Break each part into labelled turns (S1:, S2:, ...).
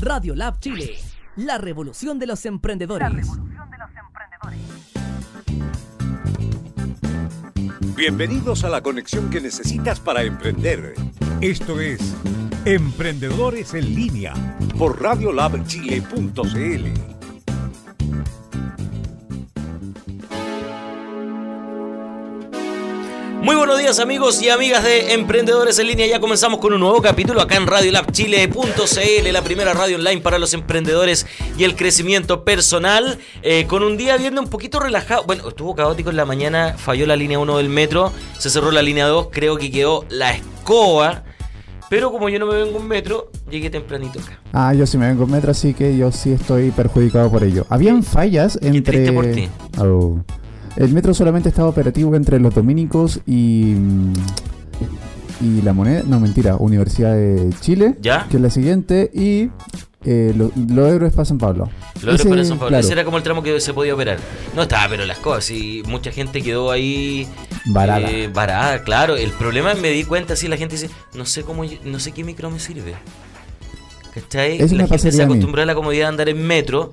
S1: Radio Lab Chile, la revolución de los emprendedores.
S2: Bienvenidos a la conexión que necesitas para emprender
S3: Esto es Emprendedores en Línea.
S2: por radiolabchile.cl.
S4: Muy buenos días amigos y amigas de Emprendedores en Línea. Ya comenzamos con un nuevo capítulo acá en RadioLabChile.cl, la primera radio online para los emprendedores y el crecimiento personal. Eh, con un día viernes un poquito relajado. Bueno, estuvo caótico en la mañana, falló la línea 1 del metro, se cerró la línea 2, creo que quedó la escoba. Pero como yo no me vengo un metro, llegué tempranito acá.
S5: Ah, yo sí me vengo en metro, así que yo sí estoy perjudicado por ello. Habían fallas entre.
S4: triste por ti.
S5: Oh. El metro solamente estaba operativo entre los dominicos y. mm, Y la moneda. No, mentira, Universidad de Chile.
S4: ¿Ya?
S5: Que es la siguiente. Y. Eh, lo- los héroes para San Pablo.
S4: Lo otro
S5: Ese,
S4: para San Pablo.
S5: claro,
S4: Ese era como el tramo que se podía operar. No estaba, pero las cosas. Y mucha gente quedó ahí
S5: Varada.
S4: Eh, varada, claro. El problema me di cuenta así, la gente dice, no sé cómo, yo- no sé qué micro me sirve. ¿Cachai?
S5: Eso
S4: la
S5: me
S4: gente se
S5: pasaría a mí.
S4: acostumbró a la comodidad de andar en metro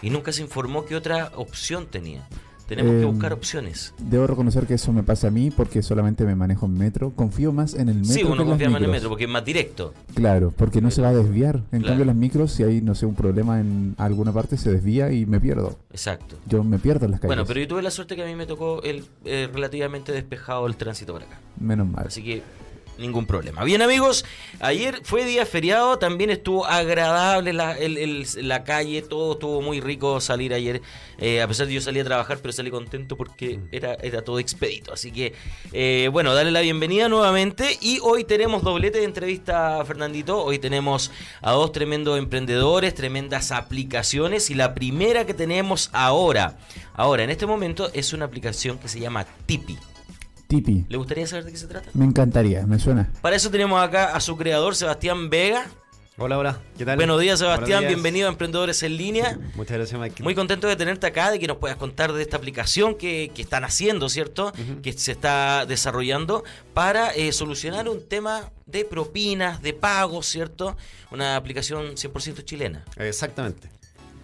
S4: y nunca se informó qué otra opción tenía. Tenemos que
S5: Eh,
S4: buscar opciones.
S5: Debo reconocer que eso me pasa a mí porque solamente me manejo en metro. Confío más en el metro.
S4: Sí,
S5: que
S4: uno
S5: en los
S4: confía más en el
S5: micros.
S4: metro porque es más directo.
S5: Claro, porque no se va a desviar. En
S4: Claro.
S5: cambio, las micros, si hay, no sé, un problema en alguna parte, se desvía y me pierdo.
S4: Exacto.
S5: Yo me pierdo en las calles.
S4: Bueno, pero yo tuve la suerte que a mí me tocó el, eh, relativamente despejado el tránsito para acá.
S5: Menos mal.
S4: Así que ningún problema. Bien amigos, ayer fue día feriado, también estuvo agradable la, el- el- la calle, todo estuvo muy rico salir ayer, Eh, a pesar de yo salí a trabajar, pero salí contento porque era, era todo expedito. Así que eh, bueno, dale la bienvenida nuevamente y hoy tenemos doblete de entrevista, Fernandito, hoy tenemos a dos tremendos emprendedores, tremendas aplicaciones y la primera que tenemos ahora, ahora en este momento es una aplicación que se llama Tipi.
S5: Tipi.
S4: ¿Le gustaría saber de qué se trata?
S5: Me encantaría, me suena.
S4: Para eso tenemos acá a su creador, Sebastián Vega.
S6: Hola, hola, ¿qué tal?
S4: Buenos días, Sebastián.
S6: Buenos días.
S4: Bienvenido a Emprendedores en Línea.
S6: Muchas gracias, Mike.
S4: Muy contento de tenerte acá, de que nos puedas contar de esta aplicación que, que están haciendo, ¿cierto? Que se está desarrollando para eh, solucionar un tema de propinas, de pagos, ¿cierto? Una aplicación 100% chilena.
S6: Exactamente.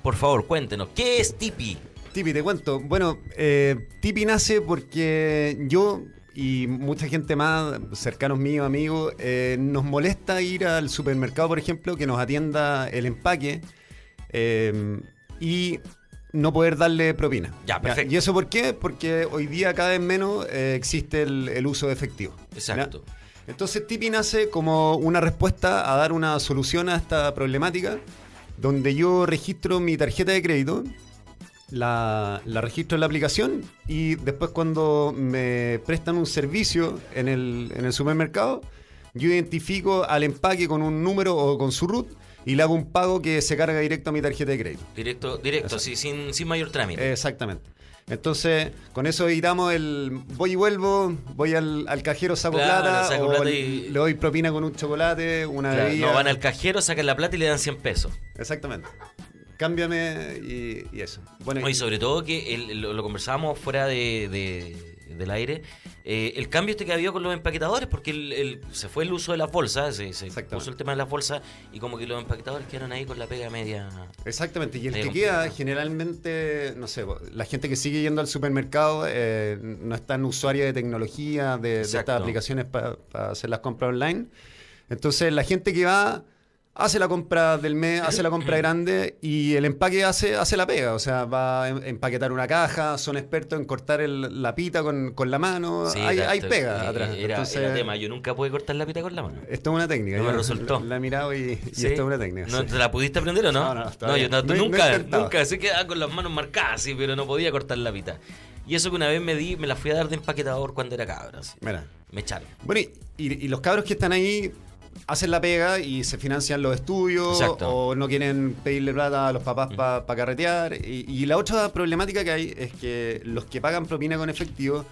S4: Por favor, cuéntenos, ¿qué es Tipi?
S6: Tipi, te cuento. Bueno, eh, Tipi nace porque yo y mucha gente más, cercanos míos, amigos, eh, nos molesta ir al supermercado, por ejemplo, que nos atienda el empaque eh, y no poder darle propina.
S4: Ya, perfecto.
S6: ¿Y eso por qué? Porque hoy día cada vez menos eh, existe el, el uso de efectivo. ¿ya?
S4: Exacto.
S6: Entonces Tipi nace como una respuesta a dar una solución a esta problemática, donde yo registro mi tarjeta de crédito, la, la registro en la aplicación y después cuando me prestan un servicio en el, en el supermercado, yo identifico al empaque con un número o con su root y le hago un pago que se carga directo a mi tarjeta de crédito.
S4: Directo, directo, sí, sin, sin mayor trámite.
S6: Eh, Exactamente. Entonces, con eso evitamos el voy y vuelvo, voy al, al cajero, saco
S4: Claro,
S6: plata,
S4: saco
S6: o
S4: plata
S6: l-
S4: y-
S6: le doy propina con un chocolate, una
S4: Claro,
S6: bebida.
S4: no van al cajero, sacan la plata y le dan 100 pesos.
S6: Exactamente. Cámbiame y, y eso. Bueno,
S4: Oye,
S6: y-
S4: sobre todo que el- lo, lo conversábamos fuera de, de- del aire, eh, el cambio este que ha habido con los empaquetadores, porque el- el- se fue el uso de las bolsas, se, se
S6: Exactamente.
S4: puso el tema de las bolsas y como que los empaquetadores quedaron ahí con la pega media.
S6: Exactamente, y el
S4: Medio
S6: que queda
S4: complicado.
S6: generalmente, no sé, la gente que sigue yendo al supermercado eh, no es tan usuaria de tecnología, de, de
S4: Exacto.
S6: estas aplicaciones para hacer las compras online. Entonces la gente que va, hace la compra del mes, hace la compra grande y el empaque hace, hace la pega, o sea, va a em- empaquetar una caja, son expertos en cortar el- la pita con, con la mano,
S4: Sí,
S6: hay,
S4: era-
S6: hay
S4: era-
S6: pega atrás.
S4: Era,
S6: Entonces,
S4: era tema, yo nunca pude cortar la pita con la mano.
S6: Esto es una técnica.
S4: No me
S6: yo
S4: resultó.
S6: La, la he mirado y, y esto
S4: ¿Sí?
S6: es una técnica.
S4: ¿No
S6: sí.
S4: te la pudiste aprender o no?
S6: No, no, está bien.
S4: yo
S6: No
S4: no-
S6: he- no he
S4: nunca,
S6: intentado.
S4: nunca, se quedaba con las manos marcadas, sí, pero no podía cortar la pita. Y eso que una vez me di, me la fui a dar de empaquetador cuando era cabra, sí.
S6: Mira.
S4: me echaron.
S6: Bueno, y, y- y los cabros que están ahí hacen la pega y se financian los estudios
S4: Exacto.
S6: o no quieren pedirle plata a los papás para carretear. Y, y la otra problemática que hay es que los que pagan propina con efectivo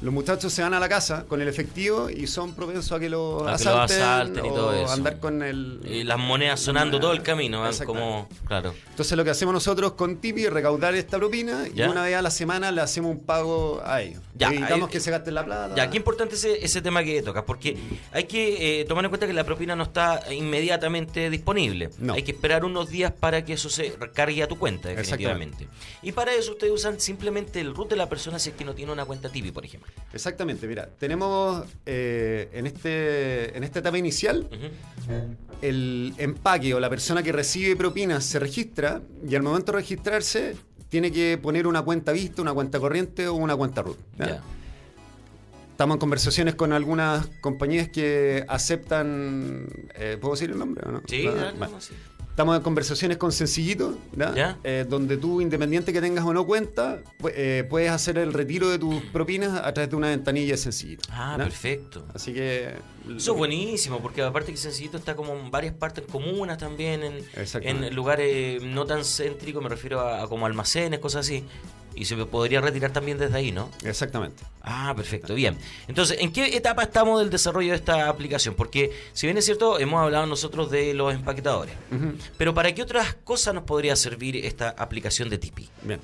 S6: Los muchachos se van a la casa con el efectivo y son propensos a que lo
S4: A que lo
S6: asalten,
S4: asalten y
S6: o
S4: todo eso.
S6: andar con el...
S4: Y las monedas sonando todo el camino, van
S6: Exactamente.
S4: como. Claro.
S6: Entonces lo que hacemos nosotros con Tipi es recaudar esta propina
S4: ¿Ya?
S6: y una vez a la semana le hacemos un pago a ellos.
S4: Ya,
S6: Evitamos
S4: ahí-
S6: que se gasten la plata.
S4: Ya, qué importante ese, ese tema que tocas, porque hay que eh, tomar en cuenta que la propina no está inmediatamente disponible.
S6: No.
S4: Hay que esperar unos días para que eso se cargue a tu cuenta,
S6: Exactamente.
S4: definitivamente. Y para eso ustedes usan simplemente el root de la persona si es que no tiene una cuenta Tipi, por ejemplo.
S6: Exactamente, mira, tenemos eh, en, este, en esta etapa inicial
S4: Ujú.
S6: el empaque o la persona que recibe propinas se registra y al momento de registrarse tiene que poner una cuenta vista, una cuenta corriente o una cuenta root. ¿ya?
S4: Ya.
S6: Estamos en conversaciones con algunas compañías que aceptan. eh, ¿Puedo decir el nombre o no?
S4: Sí,
S6: Ah,
S4: dale,
S6: vale.
S4: vamos, sí.
S6: Estamos en conversaciones con Sencillito, ¿ya?
S4: Ya.
S6: Eh, donde tú, independiente que tengas o no cuenta, pu- eh, puedes hacer el retiro de tus propinas a través de una ventanilla de Sencillito.
S4: Ah,
S6: ¿ya?
S4: perfecto.
S6: Así que.
S4: Eso es buenísimo, porque aparte que Sencillito está como en varias partes comunas también, en,
S6: Exactamente.
S4: en lugares eh, no tan céntricos, me refiero a, a como almacenes, cosas así. Y se podría retirar también desde ahí, ¿no?
S6: Exactamente.
S4: Ah, perfecto, bien. Entonces, ¿en qué etapa estamos del desarrollo de esta aplicación? Porque, si bien es cierto, hemos hablado nosotros de los empaquetadores.
S6: Ujú.
S4: Pero ¿para qué otras cosas nos podría servir esta aplicación de Tipi?
S6: Bien.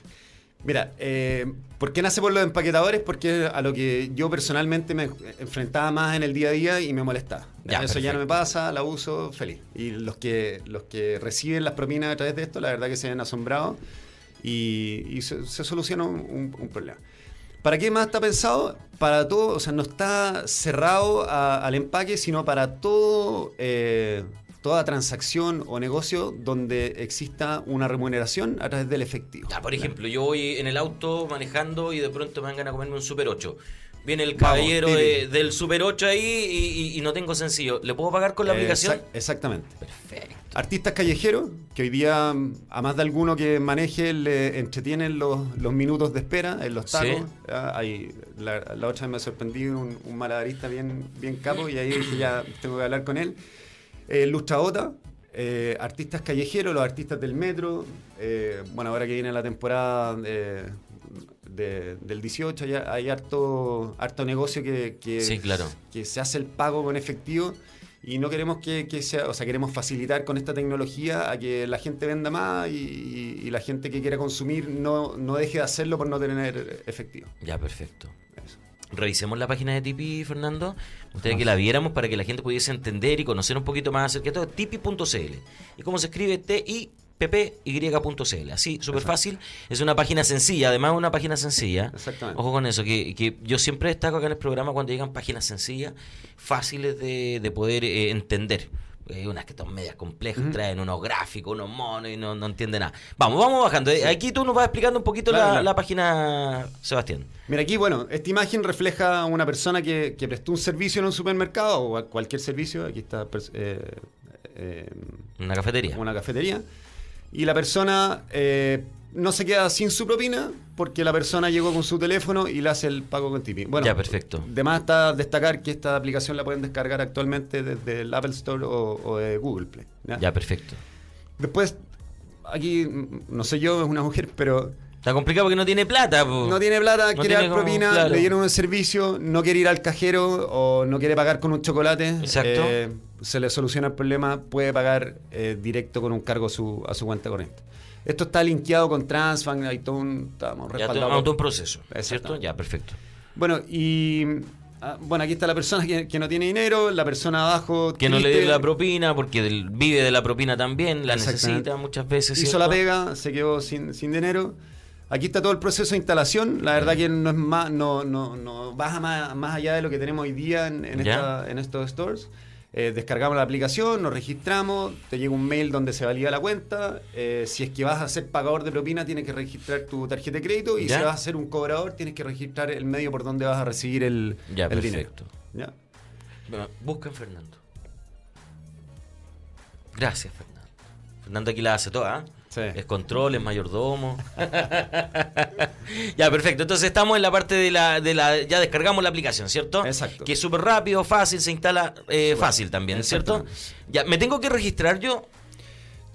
S6: Mira, eh, ¿por qué nace por los empaquetadores? Porque es a lo que yo personalmente me enfrentaba más en el día a día y me molestaba.
S4: Ya,
S6: Eso ya no
S4: perfecto.
S6: me pasa, la uso, feliz. Y los que, los que reciben las propinas a través de esto, la verdad que se ven asombrados y, y se, se soluciona un, un- un problema. ¿Para qué más está pensado? Para todo, o sea, no está cerrado a- al empaque, sino para todo, eh, toda transacción o negocio donde exista una remuneración a través del efectivo.
S4: Ya, por ejemplo, yo voy en el auto manejando y de pronto me dan ganas de comerme un Super 8. Viene el caballero
S6: Tipi.
S4: de- del Super 8 ahí y, y- y no tengo sencillo. ¿Le puedo pagar con la aplicación?
S6: Exact- exactamente.
S4: Perfecto.
S6: Artistas callejeros, que hoy día mm, a más de alguno que maneje le entretienen los, los minutos de espera en los tacos.
S4: Sí.
S6: Ya, ahí, la, la otra vez me sorprendí un, un malabarista bien, bien capo y ahí dije ya tengo que hablar con él. Eh, Lustraota, eh, artistas callejeros, los artistas del metro. eh, bueno, ahora que viene la temporada eh, de- del 18 ya hay harto, harto negocio que, que-
S4: Sí, claro.
S6: que se hace el pago con efectivo y no queremos que, que sea, o sea, queremos facilitar con esta tecnología a que la gente venda más y, y- y la gente que quiera consumir no, no deje de hacerlo por no tener efectivo.
S4: Ya, perfecto.
S6: Eso.
S4: Revisemos la página de Tipi, Fernando. Ustedes que la viéramos para que la gente pudiese entender y conocer un poquito más acerca de todo. Tipi.cl. Y cómo se escribe T-I-P-P-Y.cl. Así, súper fácil. Es una página sencilla, además una página sencilla.
S6: Exactamente.
S4: Ojo con eso, que, que yo siempre destaco acá en el programa cuando llegan páginas sencillas, fáciles de, de poder eh, entender. Porque Hay unas que son medias complejas, traen unos gráficos, unos monos y no, no entiende nada. Vamos, vamos bajando. Eh, Aquí tú nos vas explicando un poquito
S6: Claro,
S4: la-
S6: claro.
S4: la página, Sebastián.
S6: Mira, aquí, bueno, esta imagen refleja a una persona que, que prestó un servicio en un supermercado o a cualquier servicio. Aquí está pers- eh, eh,
S4: Una cafetería.
S6: una cafetería. Y la persona eh, no se queda sin su propina porque la persona llegó con su teléfono y le hace el pago con Tipi. Bueno,
S4: Ya, perfecto.
S6: De más está destacar que esta aplicación la pueden descargar actualmente desde el Apple Store o, o de Google Play. ¿ya?
S4: Ya, perfecto.
S6: Después, aquí, mm, no sé yo, es una mujer, pero
S4: Está complicado porque no tiene plata. po.
S6: no tiene plata,
S4: No
S6: quiere
S4: tiene
S6: dar
S4: como-
S6: propina,
S4: claro.
S6: le dieron un servicio, no quiere ir al cajero o no quiere pagar con un chocolate.
S4: Exacto.
S6: eh, se le soluciona el problema, puede pagar eh, directo con un cargo a su, a su cuenta corriente. Esto está linkeado con Transbank, hay todo un... Estamos
S4: Ya
S6: respaldados
S4: todo
S6: por-
S4: auto un proceso. ¿Cierto?
S6: Exactamente.
S4: Ya, perfecto.
S6: Bueno, y... ah, Bueno, aquí está la persona que, que no tiene dinero, la persona abajo...
S4: Que no le
S6: triste,
S4: dio la propina porque del- vive de la propina también, la
S6: Exactamente.
S4: necesita muchas veces.
S6: Hizo
S4: ¿cierto?
S6: la pega, se quedó sin, sin dinero. Aquí está todo el proceso de instalación. La
S4: Mm.
S6: verdad que no es más, no, no, no baja más, más allá de lo que tenemos hoy día en, en,
S4: Ya.
S6: esta- en estos stores. Eh, descargamos la aplicación, nos registramos, te llega un mail donde se valida la cuenta. Eh, si es que vas a ser pagador de propina, tienes que registrar tu tarjeta de crédito. Y
S4: Ya.
S6: si vas a ser un cobrador, tienes que registrar el medio por donde vas a recibir el,
S4: Ya,
S6: el dinero.
S4: perfecto.
S6: Ya.
S4: Bueno, Busca en Fernando. Gracias, Fernando. Fernando aquí la hace toda. ¿ah?
S6: Sí.
S4: Es control, es mayordomo. ya, perfecto. Entonces estamos en la parte de la, de la. Ya descargamos la aplicación, ¿cierto?
S6: Exacto.
S4: Que es súper rápido, fácil, se instala eh, fácil también, ¿cierto?
S6: Exactamente.
S4: Ya, me tengo que registrar yo.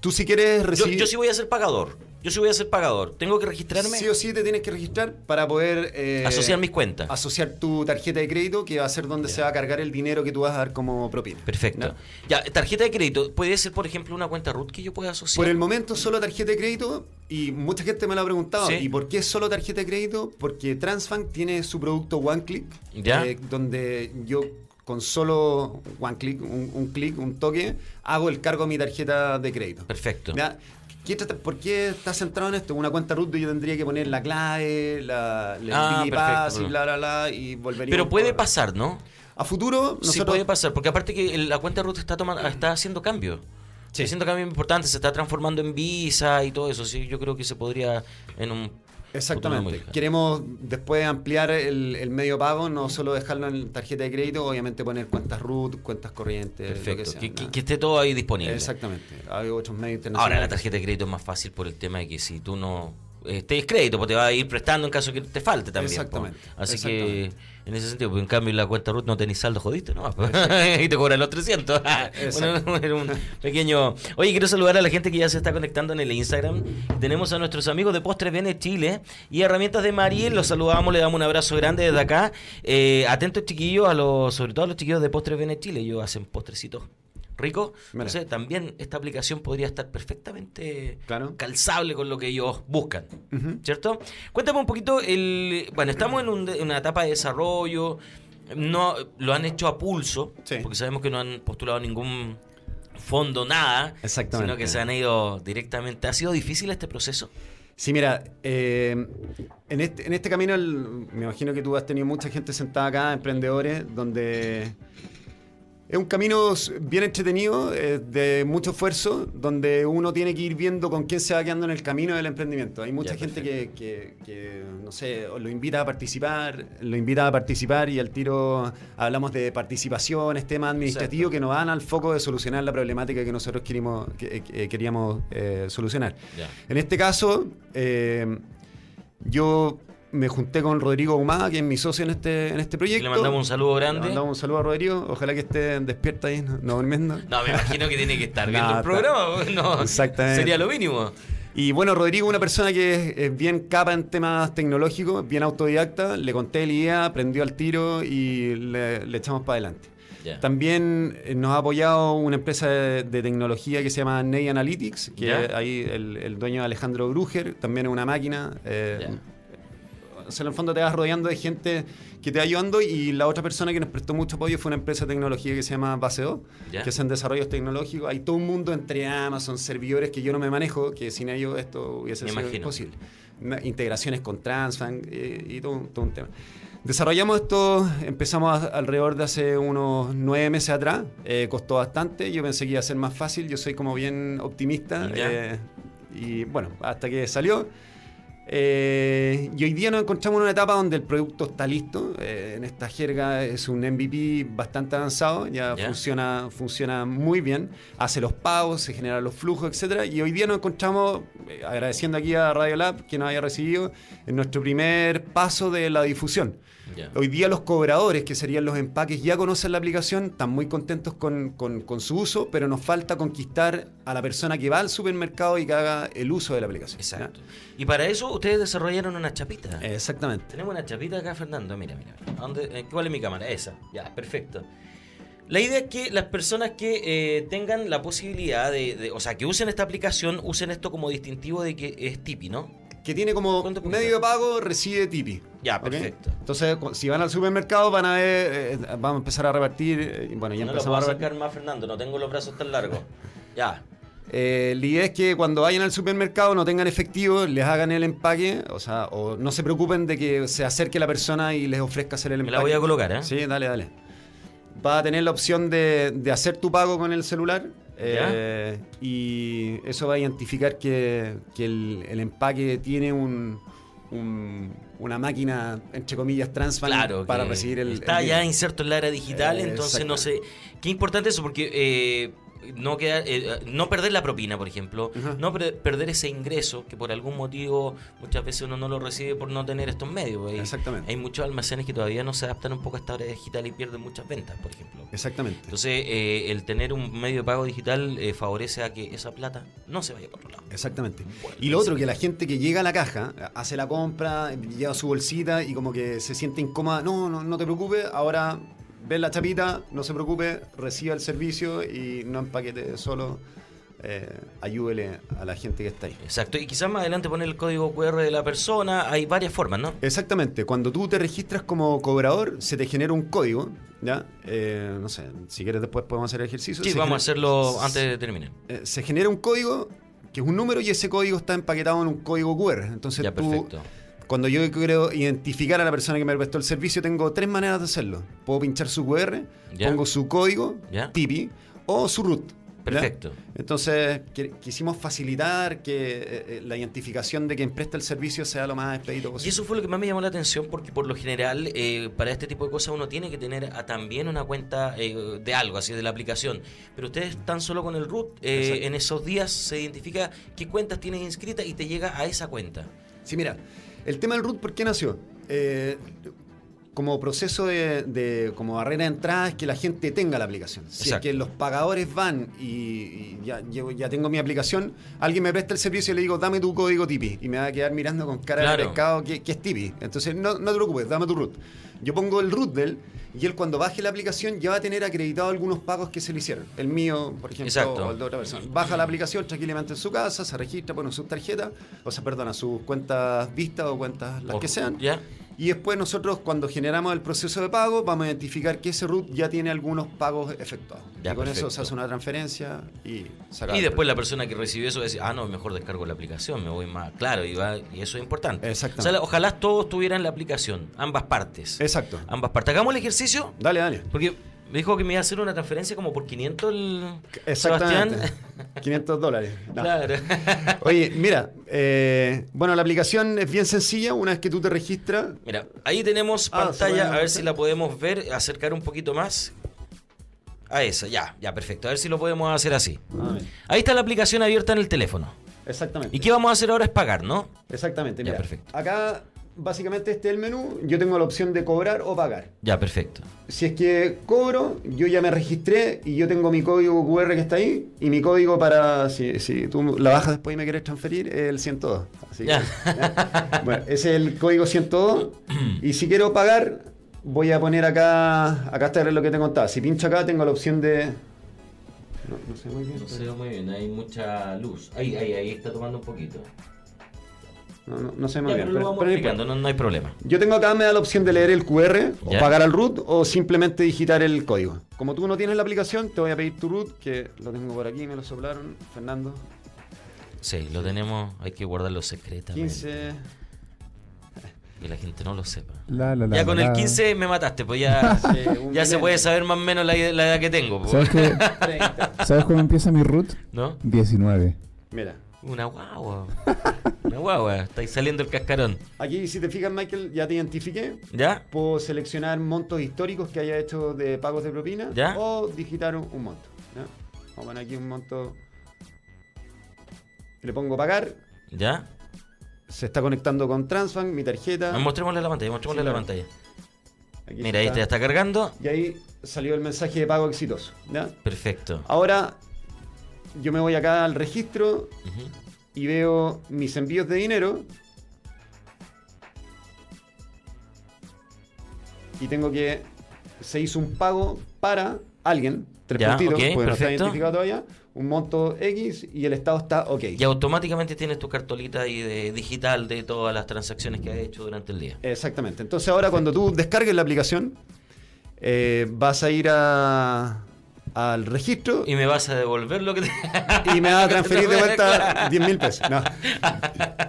S6: Tú si quieres
S4: Yo,
S6: recibir...
S4: yo sí voy a ser pagador. Yo sí voy a ser pagador. Tengo que registrarme,
S6: Sí o sí te tienes que registrar para poder... eh,
S4: asociar mis cuentas.
S6: Asociar tu tarjeta de crédito, que va a ser donde se va a cargar el dinero que tú vas a dar como propina.
S4: Perfecto.
S6: ¿No?
S4: Ya, tarjeta de crédito. ¿Puede ser, por ejemplo, una cuenta root que yo pueda asociar?
S6: Por el momento solo tarjeta de crédito y mucha gente me lo ha preguntado.
S4: Sí.
S6: ¿Y por qué solo tarjeta de crédito? Porque Transbank tiene su producto One Click,
S4: Ya.
S6: eh, donde yo con solo One Click, un, un clic, un toque, hago el cargo a mi tarjeta de crédito.
S4: Perfecto.
S6: ¿Ya? ¿Qué trata- ¿Por qué estás centrado en esto? Una cuenta root yo tendría que poner la clave, la, la
S4: Ah,
S6: MPI
S4: perfecto,
S6: pass y
S4: perfecto.
S6: bla, bla, bla, y volvería.
S4: Pero
S6: un
S4: puede
S6: poco.
S4: pasar, ¿no?
S6: A futuro,
S4: Sí
S6: nosotros
S4: puede pasar, porque aparte que el- la cuenta root está tomando, está haciendo cambios. Está haciendo cambios importantes, se está transformando en Visa y todo eso. Sí, yo creo que se podría en un futuro
S6: Exactamente.
S4: modificar.
S6: Queremos después ampliar el, el medio pago, no solo dejarlo en tarjeta de crédito, obviamente poner cuentas root, cuentas corrientes, lo
S4: Perfecto,
S6: que sea,
S4: que, que-
S6: ¿no?
S4: que esté todo ahí disponible.
S6: Exactamente. Hay otros medios internacionales.
S4: Ahora la tarjeta de crédito es más fácil por el tema de que si tú no eh, te des crédito, pues te va a ir prestando en caso que te falte también. po.
S6: Exactamente,
S4: Así
S6: exactamente.
S4: que en ese sentido, pues, en cambio en la cuenta root no tenés saldo, jodiste nomás. po. y te cobran los 300.
S6: Exacto.
S4: un, un- un pequeño... Oye, quiero saludar a la gente que ya se está conectando en el Instagram. Tenemos a nuestros amigos de Postres Bene Chile y Herramientas de Mariel. Los saludamos, le damos un abrazo grande desde acá. Eh, atentos chiquillos, a los, sobre todo a los chiquillos de Postres Bene Chile. Ellos hacen postrecitos ricos. No
S6: Mira.
S4: sé, también esta aplicación podría estar perfectamente
S6: Claro.
S4: calzable con lo que ellos buscan,
S6: Ujú.
S4: ¿cierto? Cuéntame un poquito, el, bueno, estamos en, un- en una etapa de desarrollo, no lo han hecho a pulso,
S6: Sí.
S4: porque sabemos que no han postulado ningún fondo, nada,
S6: Exactamente.
S4: sino que se han ido directamente. ¿Ha sido difícil este proceso?
S6: Sí, mira, eh, en, este, en este camino el- me imagino que tú has tenido mucha gente sentada acá, emprendedores, donde es un camino s- bien entretenido, eh, de mucho esfuerzo, donde uno tiene que ir viendo con quién se va quedando en el camino del emprendimiento. Hay mucha
S4: Ya,
S6: gente que, que- que, no sé, o lo invita a participar, lo invita a participar y al tiro hablamos de participaciones, temas administrativos que nos van al foco de solucionar la problemática que nosotros querimos- que- que- queríamos eh, solucionar. En este caso, eh, yo me junté con Rodrigo Humada, que es mi socio en este, en este proyecto.
S4: Le mandamos un saludo
S6: Le
S4: grande.
S6: mandamos un saludo a Rodrigo. Ojalá que esté despierta ahí, no, no durmiendo.
S4: No, me imagino que tiene que estar viendo
S6: No,
S4: el programa, no,
S6: Exactamente.
S4: sería lo mínimo.
S6: Y bueno, Rodrigo es una persona que es, es bien capa en temas tecnológicos, bien autodidacta. Le conté la idea, aprendió al tiro y le, le echamos para adelante.
S4: Ya.
S6: También eh, nos ha apoyado una empresa de, de tecnología que se llama Ney Analytics, que
S4: Ya.
S6: ahí el, el dueño es Alejandro Bruger, también es una máquina. eh,
S4: Ya.
S6: O sea, en el fondo te vas rodeando de gente que te va ayudando y la otra persona que nos prestó mucho apoyo fue una empresa de tecnología que se llama Baseo,
S4: Ya.
S6: que hacen desarrollos tecnológicos. Hay todo un mundo entre Amazon, servidores que yo no me manejo, que sin ellos esto hubiese
S4: Me
S6: sido
S4: imagino.
S6: imposible. Na- Integraciones con Transfang eh, y todo, un- todo un tema. Desarrollamos esto, empezamos a- alrededor de hace unos nueve meses atrás, eh, costó bastante, yo pensé que iba a ser más fácil, yo soy como bien optimista,
S4: Ya.
S6: eh, y bueno, hasta que salió. Eh, y hoy día nos encontramos en una etapa donde el producto está listo. eh, en esta jerga es un MVP bastante avanzado, ya
S4: Ya.
S6: funciona, funciona muy bien. Hace los pagos, se generan los flujos, etcétera. Y hoy día nos encontramos, eh, agradeciendo aquí a Radio Lab que nos haya recibido, en nuestro primer paso de la difusión.
S4: Ya.
S6: Hoy día los cobradores, que serían los empaques, ya conocen la aplicación, están muy contentos con, con- con su uso, pero nos falta conquistar a la persona que va al supermercado y que haga el uso de la aplicación. ¿ya?
S4: Exacto. Y para eso ustedes desarrollaron una chapita.
S6: Exactamente.
S4: Tenemos una chapita acá, Fernando. Mira, mira. mira. ¿A dónde- eh, ¿Cuál es mi cámara? Esa. Ya, perfecto. La idea es que las personas que eh, tengan la posibilidad de, de- o sea, que usen esta aplicación, usen esto como distintivo de que es Tipi, ¿no?
S6: Que tiene como
S4: ¿Cuánto cuesta?
S6: medio de pago, recibe tipi.
S4: Ya,
S6: ¿ok?
S4: perfecto.
S6: Entonces, cu- si van al supermercado, van a ver, eh, vamos a empezar a repartir. eh, bueno, ya
S4: no lo
S6: empezamos
S4: puedo
S6: a repartir.
S4: sacar más, Fernando. No tengo los brazos tan largos. Ya.
S6: Eh, la idea es que cuando vayan al supermercado no tengan efectivo, les hagan el empaque, o sea, o no se preocupen de que se acerque la persona y les ofrezca hacer el
S4: Me
S6: empaque.
S4: la voy a colocar, ¿eh?
S6: Sí, dale, dale. Vas a tener la opción de, de hacer tu pago con el celular eh, y eso va a identificar que, que el, el empaque tiene un, un- una máquina, entre comillas, transfer
S4: Claro,
S6: para
S4: que
S6: recibir el...
S4: Está
S6: el
S4: ya
S6: dinero.
S4: inserto en la era digital,
S6: Eh,
S4: entonces no
S6: exacto.
S4: sé. Qué importante eso, porque eh, no, quedar, eh, no perder la propina, por ejemplo,
S6: Ujú.
S4: no pre- perder ese ingreso que por algún motivo muchas veces uno no lo recibe por no tener estos medios. Hay,
S6: Exactamente.
S4: hay muchos almacenes que todavía no se adaptan un poco a esta hora digital y pierden muchas ventas, por ejemplo.
S6: Exactamente.
S4: Entonces, eh, el tener un medio de pago digital eh, favorece a que esa plata no se vaya para otro lado.
S6: Exactamente. Y lo otro, que la gente que llega a la caja, hace la compra, lleva su bolsita y como que se siente incómoda, no, no, no te preocupes, ahora ves la chapita, no se preocupe, reciba el servicio y no empaquete solo, eh, ayúdele a la gente que está ahí.
S4: Exacto, y quizás más adelante poner el código QR de la persona, hay varias formas, ¿no?
S6: Exactamente, cuando tú te registras como cobrador, se te genera un código, ¿ya? Eh, no sé, si quieres después podemos hacer ejercicio.
S4: Sí,
S6: Se
S4: vamos a
S6: genera-
S4: hacerlo antes de terminar.
S6: eh, se genera un código que es un número y ese código está empaquetado en un código QR. Entonces
S4: Ya,
S6: tú,
S4: perfecto.
S6: cuando yo quiero identificar a la persona que me prestó el servicio, tengo tres maneras de hacerlo. Puedo pinchar su QR,
S4: Ya.
S6: pongo su código,
S4: Ya.
S6: TIPI, o su root. ¿ya?
S4: Perfecto.
S6: Entonces, qui- quisimos facilitar que eh, eh, la identificación de quien presta el servicio sea lo más expedito
S4: Y
S6: posible.
S4: eso fue lo que más me llamó la atención porque por lo general eh, para este tipo de cosas uno tiene que tener a- también una cuenta eh, de algo, así de la aplicación. Pero ustedes tan solo con el root, eh,
S6: Exacto.
S4: en esos días se identifica qué cuentas tienes inscritas y te llega a esa cuenta.
S6: Sí, mira, el tema del root, ¿por qué nació? Eh, como proceso de, de- como barrera de entrada es que la gente tenga la aplicación. Si
S4: Exacto.
S6: es que los pagadores van y, y ya, llevo- ya tengo mi aplicación, alguien me presta el servicio y le digo, dame tu código TIPI. Y me va a quedar mirando con cara de
S4: Claro.
S6: pescado que, que es TIPI. Entonces, no, no te preocupes, dame tu root. Yo pongo el root de él y él cuando baje la aplicación ya va a tener acreditado algunos pagos que se le hicieron. El mío, por ejemplo,
S4: Exacto.
S6: o el de otra persona. Baja la aplicación tranquilamente en su casa, se registra, pone sus tarjetas, o sea, perdona, sus cuentas vistas o cuentas las
S4: O-
S6: que sean.
S4: ¿Ya?
S6: Y después nosotros cuando generamos el proceso de pago vamos a identificar que ese root ya tiene algunos pagos efectuados.
S4: Ya,
S6: y con
S4: perfecto.
S6: eso se hace una transferencia y se acaba
S4: Y
S6: el
S4: después
S6: problema.
S4: la persona que recibió eso va a decir, ah, no, mejor descargo la aplicación, me voy más claro, y, va- y eso es importante.
S6: Exactamente.
S4: O sea, la- ojalá todos tuvieran la aplicación, ambas partes.
S6: Exacto.
S4: Ambas partes. Hagamos el ejercicio,
S6: Dale, dale.
S4: porque me dijo que me iba a hacer una transferencia como por 500 el...
S6: Exactamente.
S4: Sebastián.
S6: 500 dólares. No.
S4: Claro.
S6: Oye, mira, eh, bueno, la aplicación es bien sencilla. Una vez que tú te registras,
S4: Mira, ahí tenemos
S6: Ah, se puede
S4: pantalla, a ver
S6: acercar.
S4: si la podemos ver, acercar un poquito más. A esa, ya, ya, perfecto. A ver si lo podemos hacer así. Ahí está la aplicación abierta en el teléfono.
S6: exactamente.
S4: ¿Y qué vamos a hacer ahora es pagar, no?
S6: Exactamente,
S4: Ya,
S6: mira.
S4: perfecto.
S6: Acá, básicamente, este es el menú. Yo tengo la opción de cobrar o pagar.
S4: Ya, perfecto.
S6: Si es que cobro, yo ya me registré y yo tengo mi código QR que está ahí y mi código para, si, si tú la bajas después y me quieres transferir, es el 102. Así que,
S4: Ya.
S6: ¿eh? Bueno, ese es el código 102 y si quiero pagar, voy a poner acá, acá está lo que te contaba. Si pincho acá, tengo la opción de... No, no sé muy bien.
S4: No se ve muy bien, hay mucha luz. Ahí, ahí, ahí está tomando un poquito.
S6: No, no, no sé
S4: Ya,
S6: muy bien.
S4: pero lo
S6: pero-
S4: vamos
S6: pero no
S4: explicando, no, no hay problema.
S6: Yo tengo acá, me da la opción de leer el QR,
S4: Ya.
S6: o pagar al root, o simplemente digitar el código. Como tú no tienes la aplicación, te voy a pedir tu root, que lo tengo por aquí, me lo soplaron, Fernando.
S4: Sí, lo tenemos, hay que guardarlo secretamente.
S6: 15.
S4: Que la gente no lo sepa.
S5: La, la, la,
S4: ya con
S5: la.
S4: el 15 me mataste, pues ya,
S6: Sí, un
S4: ya se
S6: milenio.
S4: puede saber más o menos la, la edad que tengo, pues,
S5: ¿Sabes qué? ¿Sabes cómo empieza mi root?
S4: ¿no?
S5: 19.
S6: Mira,
S4: Una guagua. Una guagua. Estáis saliendo el cascarón.
S6: aquí si te fijas, Michael, ya te identifiqué.
S4: ¿Ya?
S6: Puedo seleccionar montos históricos que haya hecho de pagos de propina,
S4: Ya.
S6: o digitar un, un monto. ¿ya? Vamos a poner aquí un monto. Le pongo pagar,
S4: ¿Ya?
S6: se está conectando con Transbank, mi tarjeta.
S4: Mostrémosle la pantalla, mostrémosle
S6: Ah. Sí,
S4: la
S6: claro.
S4: pantalla.
S6: Aquí
S4: Mira, ahí te está cargando.
S6: Y ahí salió el mensaje de pago exitoso. ¿ya?
S4: Perfecto.
S6: Ahora yo me voy acá al registro
S4: Ujú.
S6: y veo mis envíos de dinero. Y tengo que se hizo un pago para alguien, tres
S4: Ya,
S6: puntitos,
S4: ok,
S6: porque no está
S4: perfecto.
S6: identificado todavía, un monto X y el estado está OK.
S4: Y automáticamente tienes tu cartolita ahí de digital de todas las transacciones que has hecho durante el día.
S6: Exactamente. Entonces ahora cuando tú descargues la aplicación, eh, vas a ir a- al registro
S4: Y me vas a devolver lo que te.
S6: y me va a transferir de vuelta
S4: Claro.
S6: 10 mil pesos. No.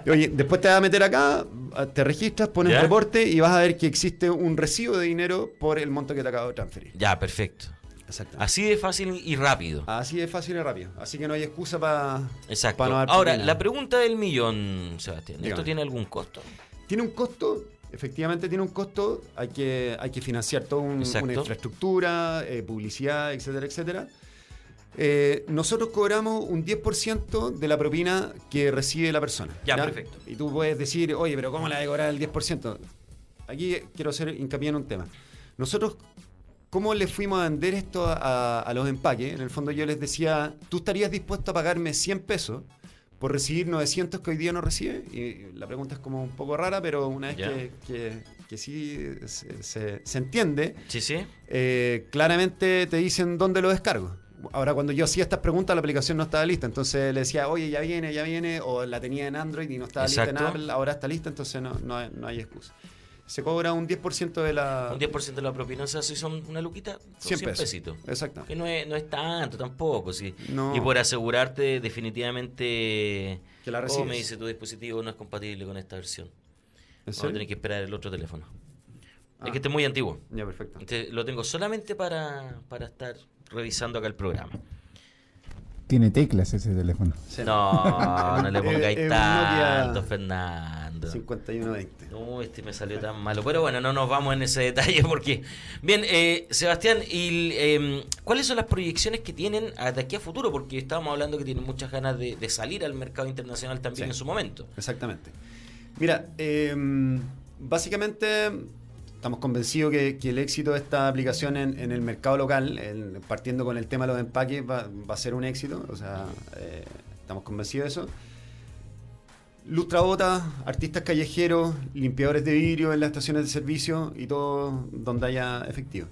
S6: Oye, después te vas a meter acá, te registras, pones
S4: ¿Ya?
S6: reporte y vas a ver que existe un recibo de dinero por el monto que te acabo de transferir.
S4: Ya, perfecto.
S6: Exactamente.
S4: Así de fácil y rápido.
S6: Así de fácil y rápido. Así que no hay excusa para.
S4: Exacto.
S6: pa no dar
S4: Ahora,
S6: propina.
S4: la pregunta del millón, Sebastián. ¿Esto
S6: Dígame.
S4: tiene algún costo?
S6: Tiene un costo, efectivamente tiene un costo. Hay que, hay que financiar toda un-
S4: Exacto.
S6: una infraestructura, eh, publicidad, etcétera, etcétera. eh, nosotros cobramos un 10% de la propina que recibe la persona.
S4: Ya, perfecto.
S6: Y tú puedes decir, oye, pero ¿cómo la voy a cobrar el 10%? Aquí quiero hacer hincapié en un tema. Nosotros, ¿cómo le fuimos a vender esto a, a- a los empaques? En el fondo yo les decía, ¿tú estarías dispuesto a pagarme 100 pesos por recibir 900 que hoy día no recibe? Y la pregunta es como un poco rara, pero una vez
S4: Ya.
S6: que, que- que sí se, se- se entiende,
S4: Sí, sí.
S6: eh, claramente te dicen dónde lo descargo. Ahora, cuando yo hacía estas preguntas, la aplicación no estaba lista. Entonces le decía, oye, ya viene, ya viene. O la tenía en Android y no estaba lista en
S4: Exacto.
S6: Apple. Ahora está lista, entonces no, no, hay, no hay excusa. Se cobra un 10% de la...
S4: Un 10% de la propina, o sea, si son una luquita, son
S6: 100
S4: 100,
S6: Ah. pesos.
S4: pesitos.
S6: Exacto.
S4: Que no es, no es tanto tampoco, sí.
S6: No.
S4: Y por asegurarte definitivamente...
S6: Que la
S4: "Oh,
S6: recibes".
S4: me dice tu dispositivo no es compatible con esta versión.
S6: ¿En
S4: Vamos a
S6: serio?
S4: tener que esperar el otro teléfono.
S6: Ah.
S4: Es que este es muy antiguo.
S6: Ya, perfecto.
S4: Este lo tengo solamente para, para estar revisando acá el programa.
S5: Tiene teclas ese teléfono.
S6: Sí.
S4: No, no le
S6: Eh, eh,
S4: pongáis
S6: un
S4: tanto,
S6: Nokia
S4: Fernando.
S6: 5120.
S4: No, este me salió tan malo. Pero bueno, no nos vamos en ese detalle porque... Bien, eh, Sebastián, y, eh, ¿cuáles son las proyecciones que tienen de aquí a futuro? Porque estábamos hablando que tienen muchas ganas de, de salir al mercado internacional también
S6: Sí.
S4: en su momento.
S6: Exactamente. Mira, eh, básicamente estamos convencidos que, que el éxito de esta aplicación en, en el mercado local, en- partiendo con el tema de los empaques, va, va a ser un éxito. O sea, eh, estamos convencidos de eso. Lustrabotas, artistas callejeros, limpiadores de vidrio en las estaciones de servicio y todo donde haya efectivo.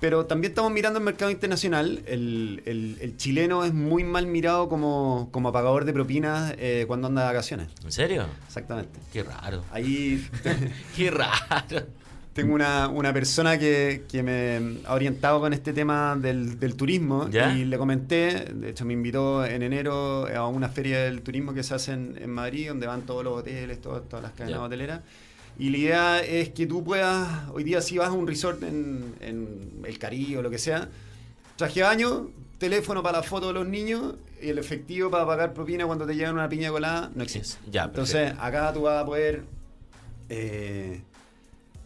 S6: Pero también estamos mirando el mercado internacional. El, el- el chileno es muy mal mirado como, como apagador de propinas eh, cuando anda de vacaciones.
S4: ¿En serio?
S6: Exactamente.
S4: Qué raro.
S6: Ahí te-
S4: Qué raro.
S6: tengo una, una persona que, que me ha orientado con este tema del, del turismo
S4: ¿Ya?
S6: y le comenté, de hecho me invitó en enero a una feria del turismo que se hace en, en Madrid, donde van todos los hoteles, todas, todas las cadenas
S4: Ya.
S6: hoteleras. Y la idea es que tú puedas, hoy día si vas a un resort en, en el Caribe o lo que sea, traje de baño, teléfono para la foto de los niños y el efectivo para pagar propina cuando te llevan una piña colada, no existe.
S4: Ya,
S6: Entonces
S4: perfecto.
S6: acá tú vas a poder eh,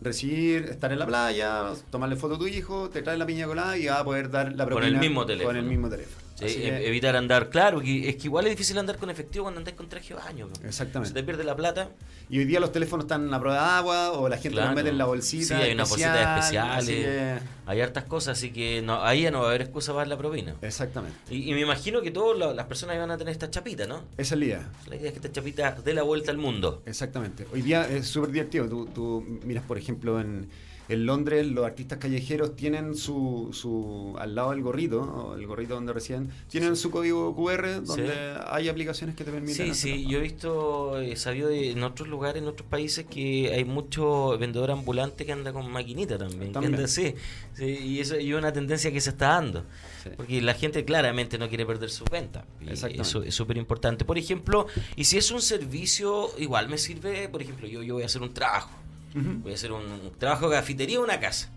S6: recibir, estar en la playa, tomarle foto a tu hijo, te traen la piña colada y vas a poder dar la
S4: Con
S6: propina
S4: el mismo teléfono.
S6: Con el mismo teléfono.
S4: Sí,
S6: Así
S4: e-
S6: que-
S4: evitar andar, claro, que es que igual es difícil andar con efectivo cuando andás con traje de baño. po.
S6: Exactamente.
S4: Se te pierde la plata.
S6: Y hoy día los teléfonos están a prueba de agua o la gente
S4: Claro.
S6: los mete en la bolsita.
S4: Sí, hay unas bolsitas especiales.
S6: así
S4: Hay hartas cosas, así que no, ahí ya no va a haber excusa para dar la propina.
S6: que- exactamente.
S4: Y, y me imagino que todas las personas van a tener esta chapita, ¿no?
S6: Esa es la idea.
S4: La idea es que esta chapita dé la vuelta al mundo.
S6: Exactamente. Hoy día es súper divertido. Tú, tú miras, por ejemplo, en, en Londres, los artistas callejeros tienen su, su. al lado del gorrito, o el gorrito donde residen, tienen su código QR donde
S4: Sí.
S6: hay aplicaciones que te permiten.
S4: Sí,
S6: hacerlo.
S4: sí, yo he visto, eh, he sabido de- en otros lugares, en otros países, que hay mucho vendedor ambulante que anda con maquinita también. que
S6: También.
S4: anda así. Sí, y eso y es una tendencia que se está dando.
S6: Sí.
S4: Porque la gente claramente no quiere perder sus ventas. Y
S6: Exactamente.
S4: Eso es súper importante. Por ejemplo, y si es un servicio, igual me sirve, por ejemplo, yo, yo voy a hacer un trabajo. Voy a hacer un, un trabajo de cafetería en una casa.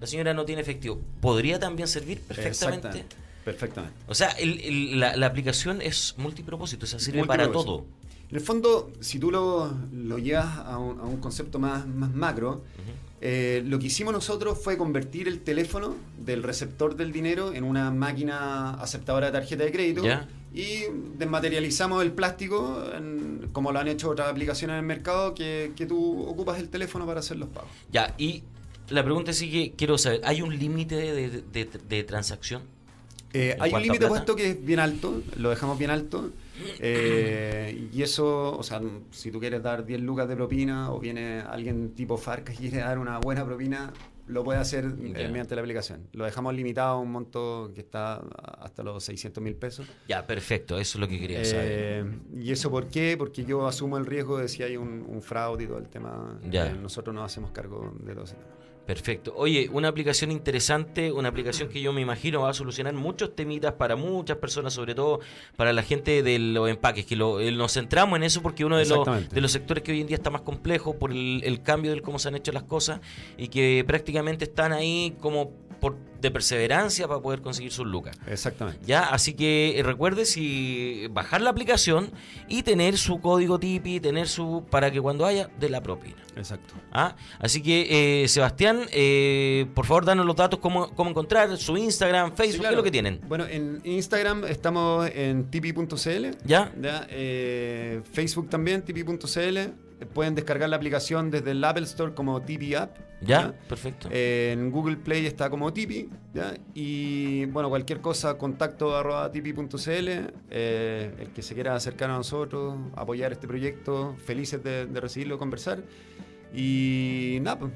S4: La señora no tiene efectivo. Podría también servir perfectamente.
S6: Exactamente. Perfectamente.
S4: O sea, el- el- la, la aplicación es multipropósito, o sea, sirve para todo.
S6: Multipropósito. En el fondo, si tú lo, lo llevas a un, a un concepto más, más macro, eh, lo que hicimos nosotros fue convertir el teléfono del receptor del dinero en una máquina aceptadora de tarjeta de crédito
S4: Ya.
S6: y desmaterializamos el plástico en- como lo han hecho otras aplicaciones en el mercado que, que tú ocupas el teléfono para hacer los pagos.
S4: Ya, y la pregunta sí que quiero saber, ¿hay un límite de, de- de- de transacción?
S6: Eh,
S4: ¿En
S6: hay
S4: cuanto a
S6: un límite
S4: plata?
S6: puesto que es bien alto, lo dejamos bien alto. eh, y eso, o sea, si tú quieres dar 10 lucas de propina o viene alguien tipo Farc que quiere dar una buena propina, lo puede hacer eh,
S4: Ya.
S6: mediante la aplicación. Lo dejamos limitado a un monto que está hasta los 600 mil pesos.
S4: Ya, perfecto, eso es lo que quería saber.
S6: Eh, ¿Y eso por qué? Porque yo asumo el riesgo de si hay un, un fraude y todo el tema.
S4: Ya.
S6: eh, nosotros nos hacemos cargo de todo ese tema.
S4: Perfecto. Oye, una aplicación interesante, una aplicación que yo me imagino va a solucionar muchos temitas para muchas personas, sobre todo para la gente de los empaques, que lo- eh, nos centramos en eso porque uno de los,
S6: Exactamente.
S4: de los sectores que hoy en día está más complejo por el, el cambio del cómo se han hecho las cosas y que prácticamente están ahí como por- de perseverancia para poder conseguir sus lucas.
S6: Exactamente.
S4: ¿Ya? Así que eh, recuerde si bajar la aplicación y tener su código TIPI, tener su. para que cuando haya, de la propina.
S6: Exacto.
S4: ¿Ah? Así que, eh, Sebastián, eh, por favor, danos los datos, cómo, cómo encontrar su Instagram, Facebook,
S6: Sí,
S4: qué es
S6: claro.
S4: lo que tienen.
S6: Bueno, en Instagram estamos en tipi.cl.
S4: ¿Ya?
S6: Ya, eh, Facebook también, tipi.cl. Pueden descargar la aplicación desde el Apple Store como Tipi App.
S4: ¿Ya? Perfecto.
S6: Eh, En Google Play está como Tipi. ¿ya? Y bueno, cualquier cosa, contacto arroba tipi.cl. eh, el que se quiera acercar a nosotros, apoyar este proyecto, felices de, de recibirlo, conversar. Y nada, pues,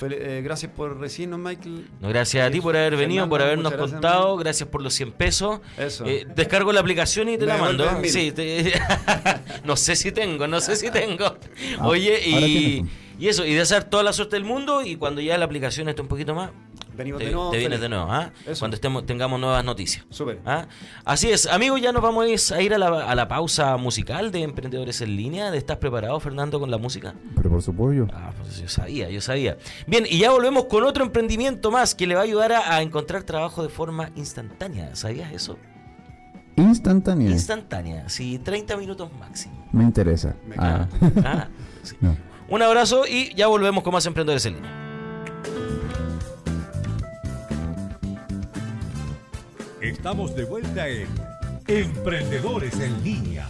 S6: fel- eh, gracias por recibirnos, Michael.
S4: No, gracias a ti por haber venido,
S6: eh, Fernando,
S4: por habernos
S6: muchas gracias,
S4: contado,
S6: amigo.
S4: gracias por los 100 pesos.
S6: Eso.
S4: Eh, descargo la aplicación y te
S6: Me
S4: la mando.
S6: devuelves mil.
S4: Sí, te- no sé si tengo, no sé si tengo.
S5: Ah,
S4: Oye,
S5: ahora
S4: y,
S5: tienes.
S4: y eso, y de hacer toda la suerte del mundo y cuando ya la aplicación esté un poquito más,
S6: Venimos
S4: te,
S6: de nuevo.
S4: te vienes
S6: feliz.
S4: de nuevo, ¿ah?
S6: Eso.
S4: Cuando estemos, tengamos nuevas noticias.
S6: Súper.
S4: ¿Ah? Así es, amigos, ya nos vamos a ir a la, a la pausa musical de Emprendedores en Línea. ¿Estás preparado, Fernando, con la música?
S5: Pero por supuesto.
S4: Ah, pues yo sabía, yo sabía. Bien, y ya volvemos con otro emprendimiento más que le va a ayudar a, a encontrar trabajo de forma instantánea. ¿Sabías eso?
S5: Instantánea.
S4: Instantánea, sí, 30 minutos máximo.
S5: Me interesa.
S6: Me
S5: Ah,
S4: Ah, sí.
S5: no.
S4: Un abrazo y ya volvemos con más Emprendedores en Línea.
S3: Estamos de vuelta en Emprendedores en Línea.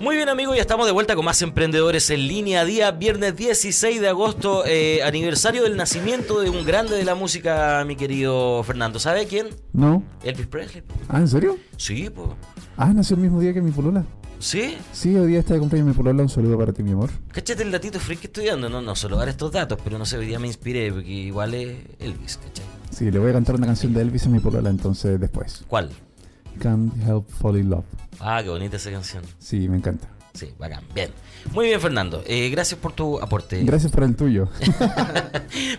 S4: Muy bien amigos, ya estamos de vuelta con más Emprendedores en Línea. Día viernes 16 de agosto, eh, aniversario del nacimiento de un grande de la música, mi querido Fernando. ¿Sabe quién?
S5: No.
S4: Elvis Presley. po.
S5: Ah, ¿en serio?
S4: Sí, pues.
S5: Ah, nació el mismo día que mi polola.
S4: ¿Sí?
S5: Sí, hoy día está de cumpleaños mi polola. Un saludo para ti, mi amor.
S4: Cachate el datito freak que estoy dando, no, no suelo dar estos datos, pero no sé, hoy día me inspiré, porque igual es Elvis, ¿cachai?
S5: Sí, le voy a cantar una canción de Elvis a mi polola entonces después.
S4: ¿Cuál?
S5: Can't help fall in love.
S4: Ah, qué bonita esa canción.
S5: Sí, me encanta.
S4: Sí, bacán. Bien. Muy bien, Fernando. Eh, gracias por tu aporte.
S5: Gracias por el tuyo.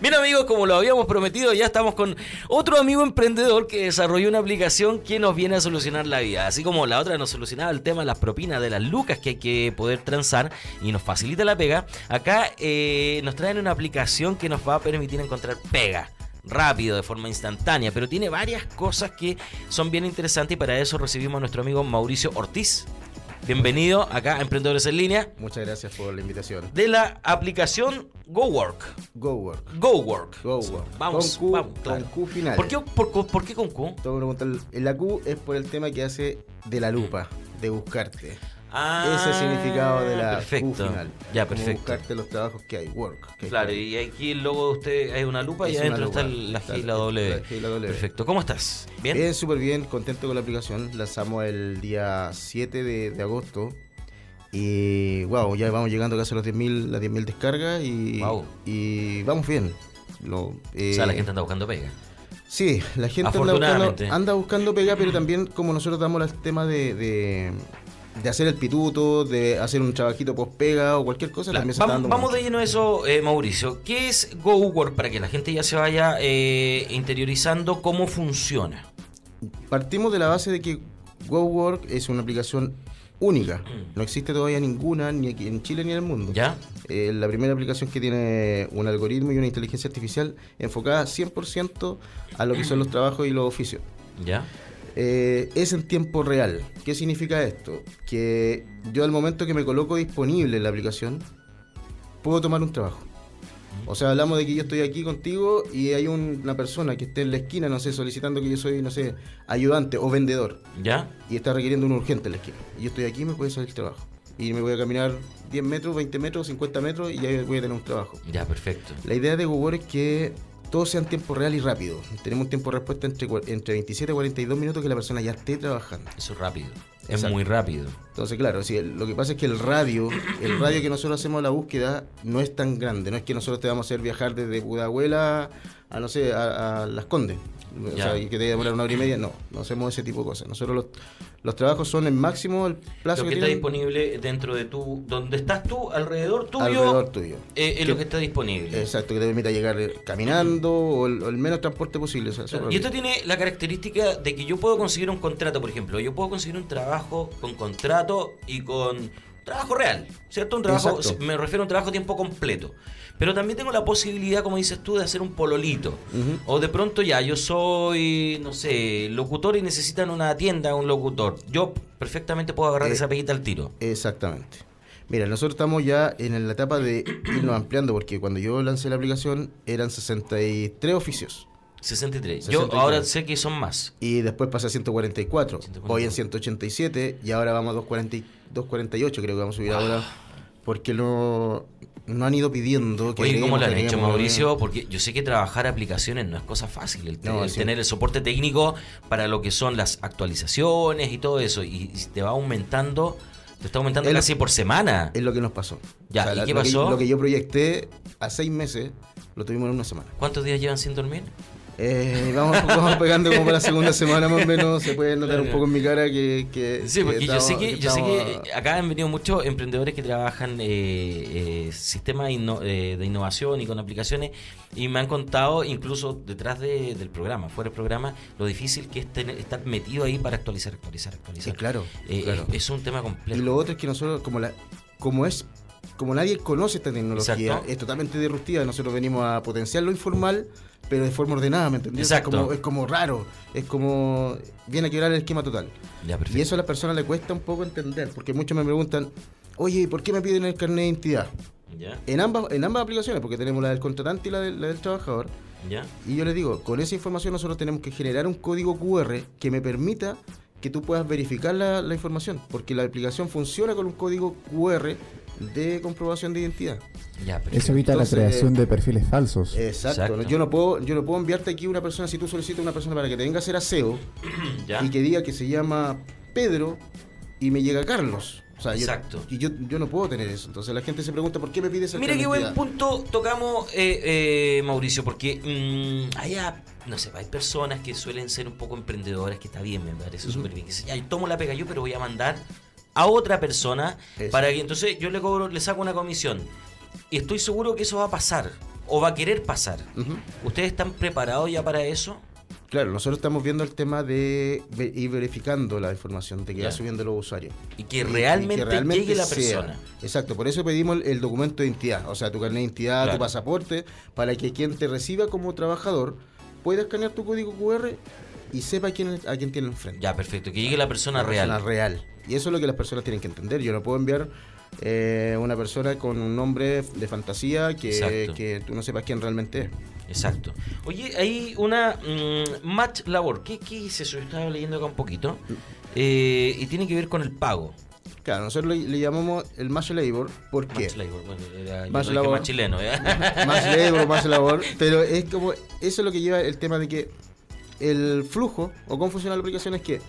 S4: Bien amigos, como lo habíamos prometido, ya estamos con otro amigo emprendedor que desarrolló una aplicación que nos viene a solucionar la vida. Así como la otra nos solucionaba el tema de las propinas, de las lucas que hay que poder transar y nos facilita la pega, acá eh, nos traen una aplicación que nos va a permitir encontrar pega rápido, de forma instantánea, pero tiene varias cosas que son bien interesantes y para eso recibimos a nuestro amigo Mauricio Ortiz. Bienvenido acá a Emprendedores en Línea
S7: Muchas gracias por la invitación.
S4: de la aplicación GoWork.
S7: Go Work.
S4: GoWork.
S7: Go Work.
S4: Vamos,
S7: con Q,
S4: vamos, claro.
S7: con Q final.
S4: ¿Por qué, por, cu- por qué con Q?
S7: Te voy a preguntar, La Q es por el tema que hace de la lupa, de buscarte.
S4: Ah,
S7: Ese es el significado de la Q
S4: perfecto.
S7: final.
S4: Ya,
S7: Como
S4: perfecto.
S7: buscarte los trabajos que hay, work. que hay
S4: Claro,
S7: por-
S4: y aquí el logo de usted hay una lupa y
S7: Es
S4: adentro
S7: una
S4: está
S7: lupa.
S4: la G y la
S7: Claro,
S4: W.
S7: la G y la W.
S4: Perfecto. ¿Cómo estás? ¿Bien?
S7: Bien, súper bien, contento con la aplicación. Lanzamos el día 7 de, de agosto. Y wow, ya vamos llegando casi a los 10.000 las 10.000 descargas y,
S4: Guau.
S7: y vamos bien. Lo-
S4: O sea, la
S7: eh,
S4: gente anda buscando pega.
S7: Sí, la gente anda
S4: Afortunadamente.
S7: buscando, anda buscando pega, pero también como nosotros damos el tema de, de, de hacer el pituto, de hacer un trabajito post pega o cualquier cosa,
S4: Claro,
S7: también se está
S4: vamos,
S7: dando.
S4: vamos
S7: mucho.
S4: de lleno a eso, eh, Mauricio. ¿Qué es GoWork para que la gente ya se vaya eh, interiorizando cómo funciona?
S7: Partimos de la base de que GoWork es una aplicación única. No existe todavía ninguna, ni aquí en Chile ni en el mundo.
S4: Mm. ¿Ya?
S7: Eh, la primera aplicación que tiene un algoritmo y una inteligencia artificial enfocada 100% a lo que son los trabajos y los oficios.
S4: ¿Ya?
S7: Eh, es en tiempo real. ¿Qué significa esto? Que yo al momento que me coloco disponible en la aplicación, puedo tomar un trabajo. O sea, hablamos de que yo estoy aquí contigo y hay un- una persona que esté en la esquina, no sé, solicitando que yo soy, no sé, ayudante o vendedor
S4: ¿Ya?
S7: y está requiriendo un urgente en la esquina. Y yo estoy aquí y me puede salir el trabajo. Y me voy a caminar 10 metros, 20 metros, 50 metros y ya voy a tener un trabajo.
S4: Ya, perfecto.
S7: La idea de Google es que todo sea en tiempo real y rápido. Tenemos un tiempo de respuesta entre, cua- entre 27 y 42 minutos que la persona ya esté trabajando.
S4: Eso es rápido. Es
S7: Exacto.
S4: muy rápido.
S7: Entonces, claro, si el- lo que pasa es que el radio, el radio que nosotros hacemos la búsqueda no es tan grande. No es que nosotros te vamos a hacer viajar desde Budahuela a, no sé, a, a Las Condes. O
S4: Ya.
S7: sea, y que te vaya a demorar una hora y media. No, no hacemos ese tipo de cosas. Nosotros los, los trabajos son en máximo el plazo
S4: lo que,
S7: que,
S4: está
S7: tienen
S4: disponible dentro de tu. donde estás tú, alrededor tuyo.
S7: alrededor tuyo.
S4: eh, es lo que está disponible.
S7: Exacto, que te permita llegar eh, caminando o el, o el menos transporte posible. o sea,
S4: Claro,
S7: súper
S4: Y esto
S7: bien.
S4: tiene la característica de que yo puedo conseguir un contrato, por ejemplo. Yo puedo conseguir un trabajo con contrato y con trabajo real, ¿cierto? Un trabajo,
S7: Exacto.
S4: me refiero a un trabajo a tiempo completo. Pero también tengo la posibilidad, como dices tú, de hacer un pololito. O de pronto ya, yo soy, no sé, locutor y necesitan una tienda, un locutor. Yo perfectamente puedo agarrar
S7: Eh,
S4: esa peguita al tiro.
S7: Exactamente. Mira, nosotros estamos ya en la etapa de irnos ampliando, porque cuando yo lancé la aplicación eran 63 oficios
S4: 63. Yo
S7: 63.
S4: ahora sé que son más.
S7: y después pasé a 144. Voy en 187 y ahora vamos a 240 248, creo que vamos a subir ahora, porque no, no han ido pidiendo que.
S4: Ah. Oye, ¿cómo
S7: queremos,
S4: lo han hecho,
S7: queremos,
S4: Mauricio? Porque yo sé que trabajar aplicaciones no es cosa fácil. El, te-
S7: No,
S4: el
S7: sí.
S4: tener el soporte técnico para lo que son las actualizaciones y todo eso. Y, y te va aumentando, te está aumentando
S7: El-
S4: casi por semana.
S7: Es lo que nos pasó.
S4: Ya, ¿y
S7: la-
S4: qué
S7: lo que-
S4: pasó?
S7: lo que yo proyecté a seis meses, lo tuvimos en una semana.
S4: ¿Cuántos días llevan sin dormir?
S7: Eh, vamos, vamos pegando como para la segunda semana más o menos. Se puede notar un
S4: Claro.
S7: poco en mi cara que. que-
S4: Sí, porque yo sé
S7: Eh, estamos-
S4: que, yo sé
S7: estamos-
S4: que eh, ah, acá han venido muchos emprendedores que trabajan eh, eh, sistemas inno- eh, de innovación y con aplicaciones y me han contado incluso detrás de- del programa, fuera del programa, lo difícil que es tener- estar metido ahí para actualizar, actualizar,
S7: Sí,
S4: actualizar.
S7: claro.
S4: Eh,
S7: claro.
S4: Es, es un tema complejo.
S7: Y lo otro es que nosotros, como la, como es, como nadie conoce esta tecnología,
S4: Exacto.
S7: es totalmente disruptiva. Nosotros venimos a potenciar lo informal, pero de forma ordenada, ¿me entendés?
S4: Exacto.
S7: Es como, es como raro, es como viene a quebrar el esquema total.
S4: Ya, perfecto.
S7: Y eso a las personas le cuesta un poco entender, porque muchos me preguntan, oye, ¿y ¿por qué me piden el carnet de identidad?
S4: ¿Ya?
S7: En ambas, en ambas aplicaciones, porque tenemos la del contratante y la del, la del trabajador.
S4: ¿Ya?
S7: Y yo les digo, con esa información nosotros tenemos que generar un código QR que me permita que tú puedas verificar la, la información, porque la aplicación funciona con un código QR de comprobación de identidad.
S4: Ya,
S5: Eso
S4: perfecto.
S5: evita
S7: Entonces,
S5: la creación de perfiles falsos.
S4: eh,
S7: Exacto.
S4: Exacto.
S7: ¿no? Yo no puedo, yo no puedo enviarte aquí una persona, si tú solicitas una persona para que te venga a hacer aseo
S4: ¿Ya?
S7: y que diga que se llama Pedro y me llega Carlos. O sea, yo-
S4: Exacto.
S7: y yo, yo no puedo tener eso. Entonces la gente se pregunta, ¿por qué me pides esa
S4: Mira qué buen
S7: identidad?
S4: punto tocamos, eh, eh, Mauricio, porque mm, hay, a- no sé, hay personas que suelen ser un poco emprendedoras, que está bien, me parece súper bien. Que dicen, "Ya, yo tomo la pega yo, pero voy a mandar a otra persona
S7: Eso.
S4: para que entonces yo le cobro, le saco una comisión. Y estoy seguro que eso va a pasar, o va a querer pasar.
S7: Ujú.
S4: ¿Ustedes están preparados ya para eso?
S7: Claro, nosotros estamos viendo el tema de ve- ir verificando la información de que
S4: Ya.
S7: va subiendo los usuarios.
S4: Y que
S7: Y- y que
S4: realmente,
S7: realmente
S4: llegue la
S7: sea.
S4: persona.
S7: Exacto, por eso pedimos el, el documento de identidad, o sea, tu carnet de identidad,
S4: Claro.
S7: tu pasaporte, para que quien te reciba como trabajador pueda escanear tu código QR y sepa quién, es- a quién tiene enfrente.
S4: Ya, perfecto, que llegue la persona
S7: La
S4: real.
S7: persona real. Y eso es lo que las personas tienen que entender. Yo no puedo enviar eh, una persona con un nombre de fantasía que,
S4: Exacto.
S7: que tú no sepas quién realmente es.
S4: Exacto. Oye, hay una mm, match labor. ¿Qué, ¿Qué es eso? Yo estaba leyendo acá un poquito. Eh, y tiene que ver con el pago.
S7: Claro, nosotros le, le llamamos el match labor porque...
S4: Match labor. Bueno, era, yo
S7: Match
S4: dije
S7: labor.
S4: más chileno. ¿ya?
S7: más labor, más labor. Pero es como, eso es lo que lleva el tema de que el flujo o cómo funciona la aplicación es que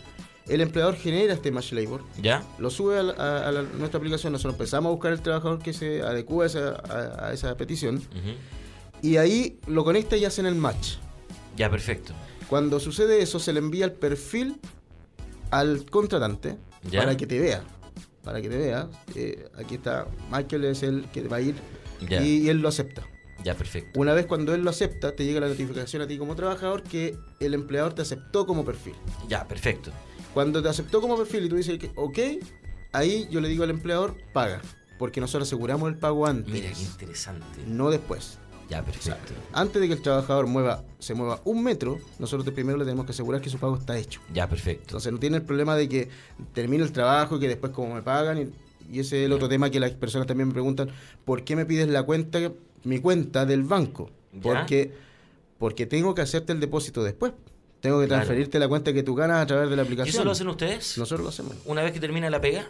S7: el empleador genera este match labor,
S4: ¿Ya?
S7: lo sube a, la- a- a la- nuestra aplicación, nosotros empezamos a buscar el trabajador que se adecua a esa, a- a esa petición
S4: Ujú.
S7: y ahí lo conecta y hacen el match.
S4: Ya, perfecto.
S7: Cuando sucede eso, se le envía el perfil al contratante
S4: Ya.
S7: para que te vea. Para que te vea. Eh, aquí está, Michael es el que va a ir
S4: Ya.
S7: y- y él lo acepta.
S4: Ya, perfecto.
S7: Una vez cuando él lo acepta, te llega la notificación a ti como trabajador que el empleador te aceptó como perfil.
S4: Ya, perfecto.
S7: Cuando te aceptó como perfil y tú dices que ok, ahí yo le digo al empleador, paga. Porque nosotros aseguramos el pago antes,
S4: Mira, qué interesante.
S7: no después.
S4: Ya, perfecto.
S7: Antes de que el trabajador mueva, se mueva un metro, nosotros de primero le tenemos que asegurar que su pago está hecho.
S4: Ya, perfecto.
S7: Entonces no tiene el problema de que termine el trabajo y que después como me pagan. Y, y ese es el otro tema que las personas también me preguntan, ¿por qué me pides la cuenta, mi cuenta del banco?
S4: Ya.
S7: Porque, porque tengo que hacerte el depósito después. Tengo que
S4: Claro.
S7: transferirte la cuenta que tú ganas a través de la
S4: ¿Y
S7: aplicación.
S4: eso lo hacen ustedes?
S7: Nosotros lo hacemos.
S4: Una vez que termina la pega,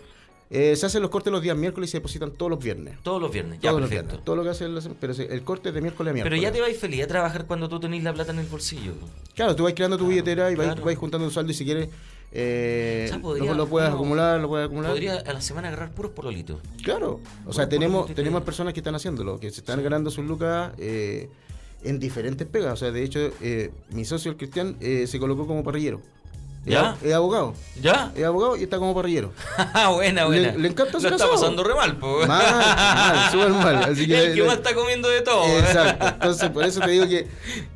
S7: Eh, se hacen los cortes los días miércoles y se depositan todos los viernes.
S4: todos los viernes. Ya,
S7: todos los
S4: perfecto.
S7: viernes. Todo lo que hacen, lo hacen, pero se- el corte es de miércoles a
S4: Pero
S7: miércoles.
S4: ya te vais feliz a trabajar cuando tú tenés la plata en el bolsillo.
S7: Claro, tú vas creando tu
S4: Claro,
S7: billetera y vas,
S4: claro.
S7: vas juntando un saldo y si quieres... eh,
S4: O sea, podría-
S7: lo, lo puedes
S4: no.
S7: acumular, lo puedes acumular.
S4: Podría a la semana agarrar puros pololitos.
S7: Claro, o sea,
S4: Bueno,
S7: tenemos,
S4: porque-
S7: tenemos personas que están haciéndolo, que se están ganando sus lucas eh, en diferentes pegas. O sea, de hecho, eh, mi socio, el Cristian, eh, se colocó como parrillero. Es
S4: ¿Ya?
S7: ab- Es abogado.
S4: ¿Ya?
S7: Es abogado y está como parrillero.
S4: Ah, buena, buena.
S7: Le- le encanta
S4: Lo
S7: ser
S4: está
S7: asado.
S4: pasando re mal, po.
S7: Mal, mal, súper mal. Así que
S4: el que más está comiendo de todo. ¿eh?
S7: Exacto. Entonces, por eso te digo que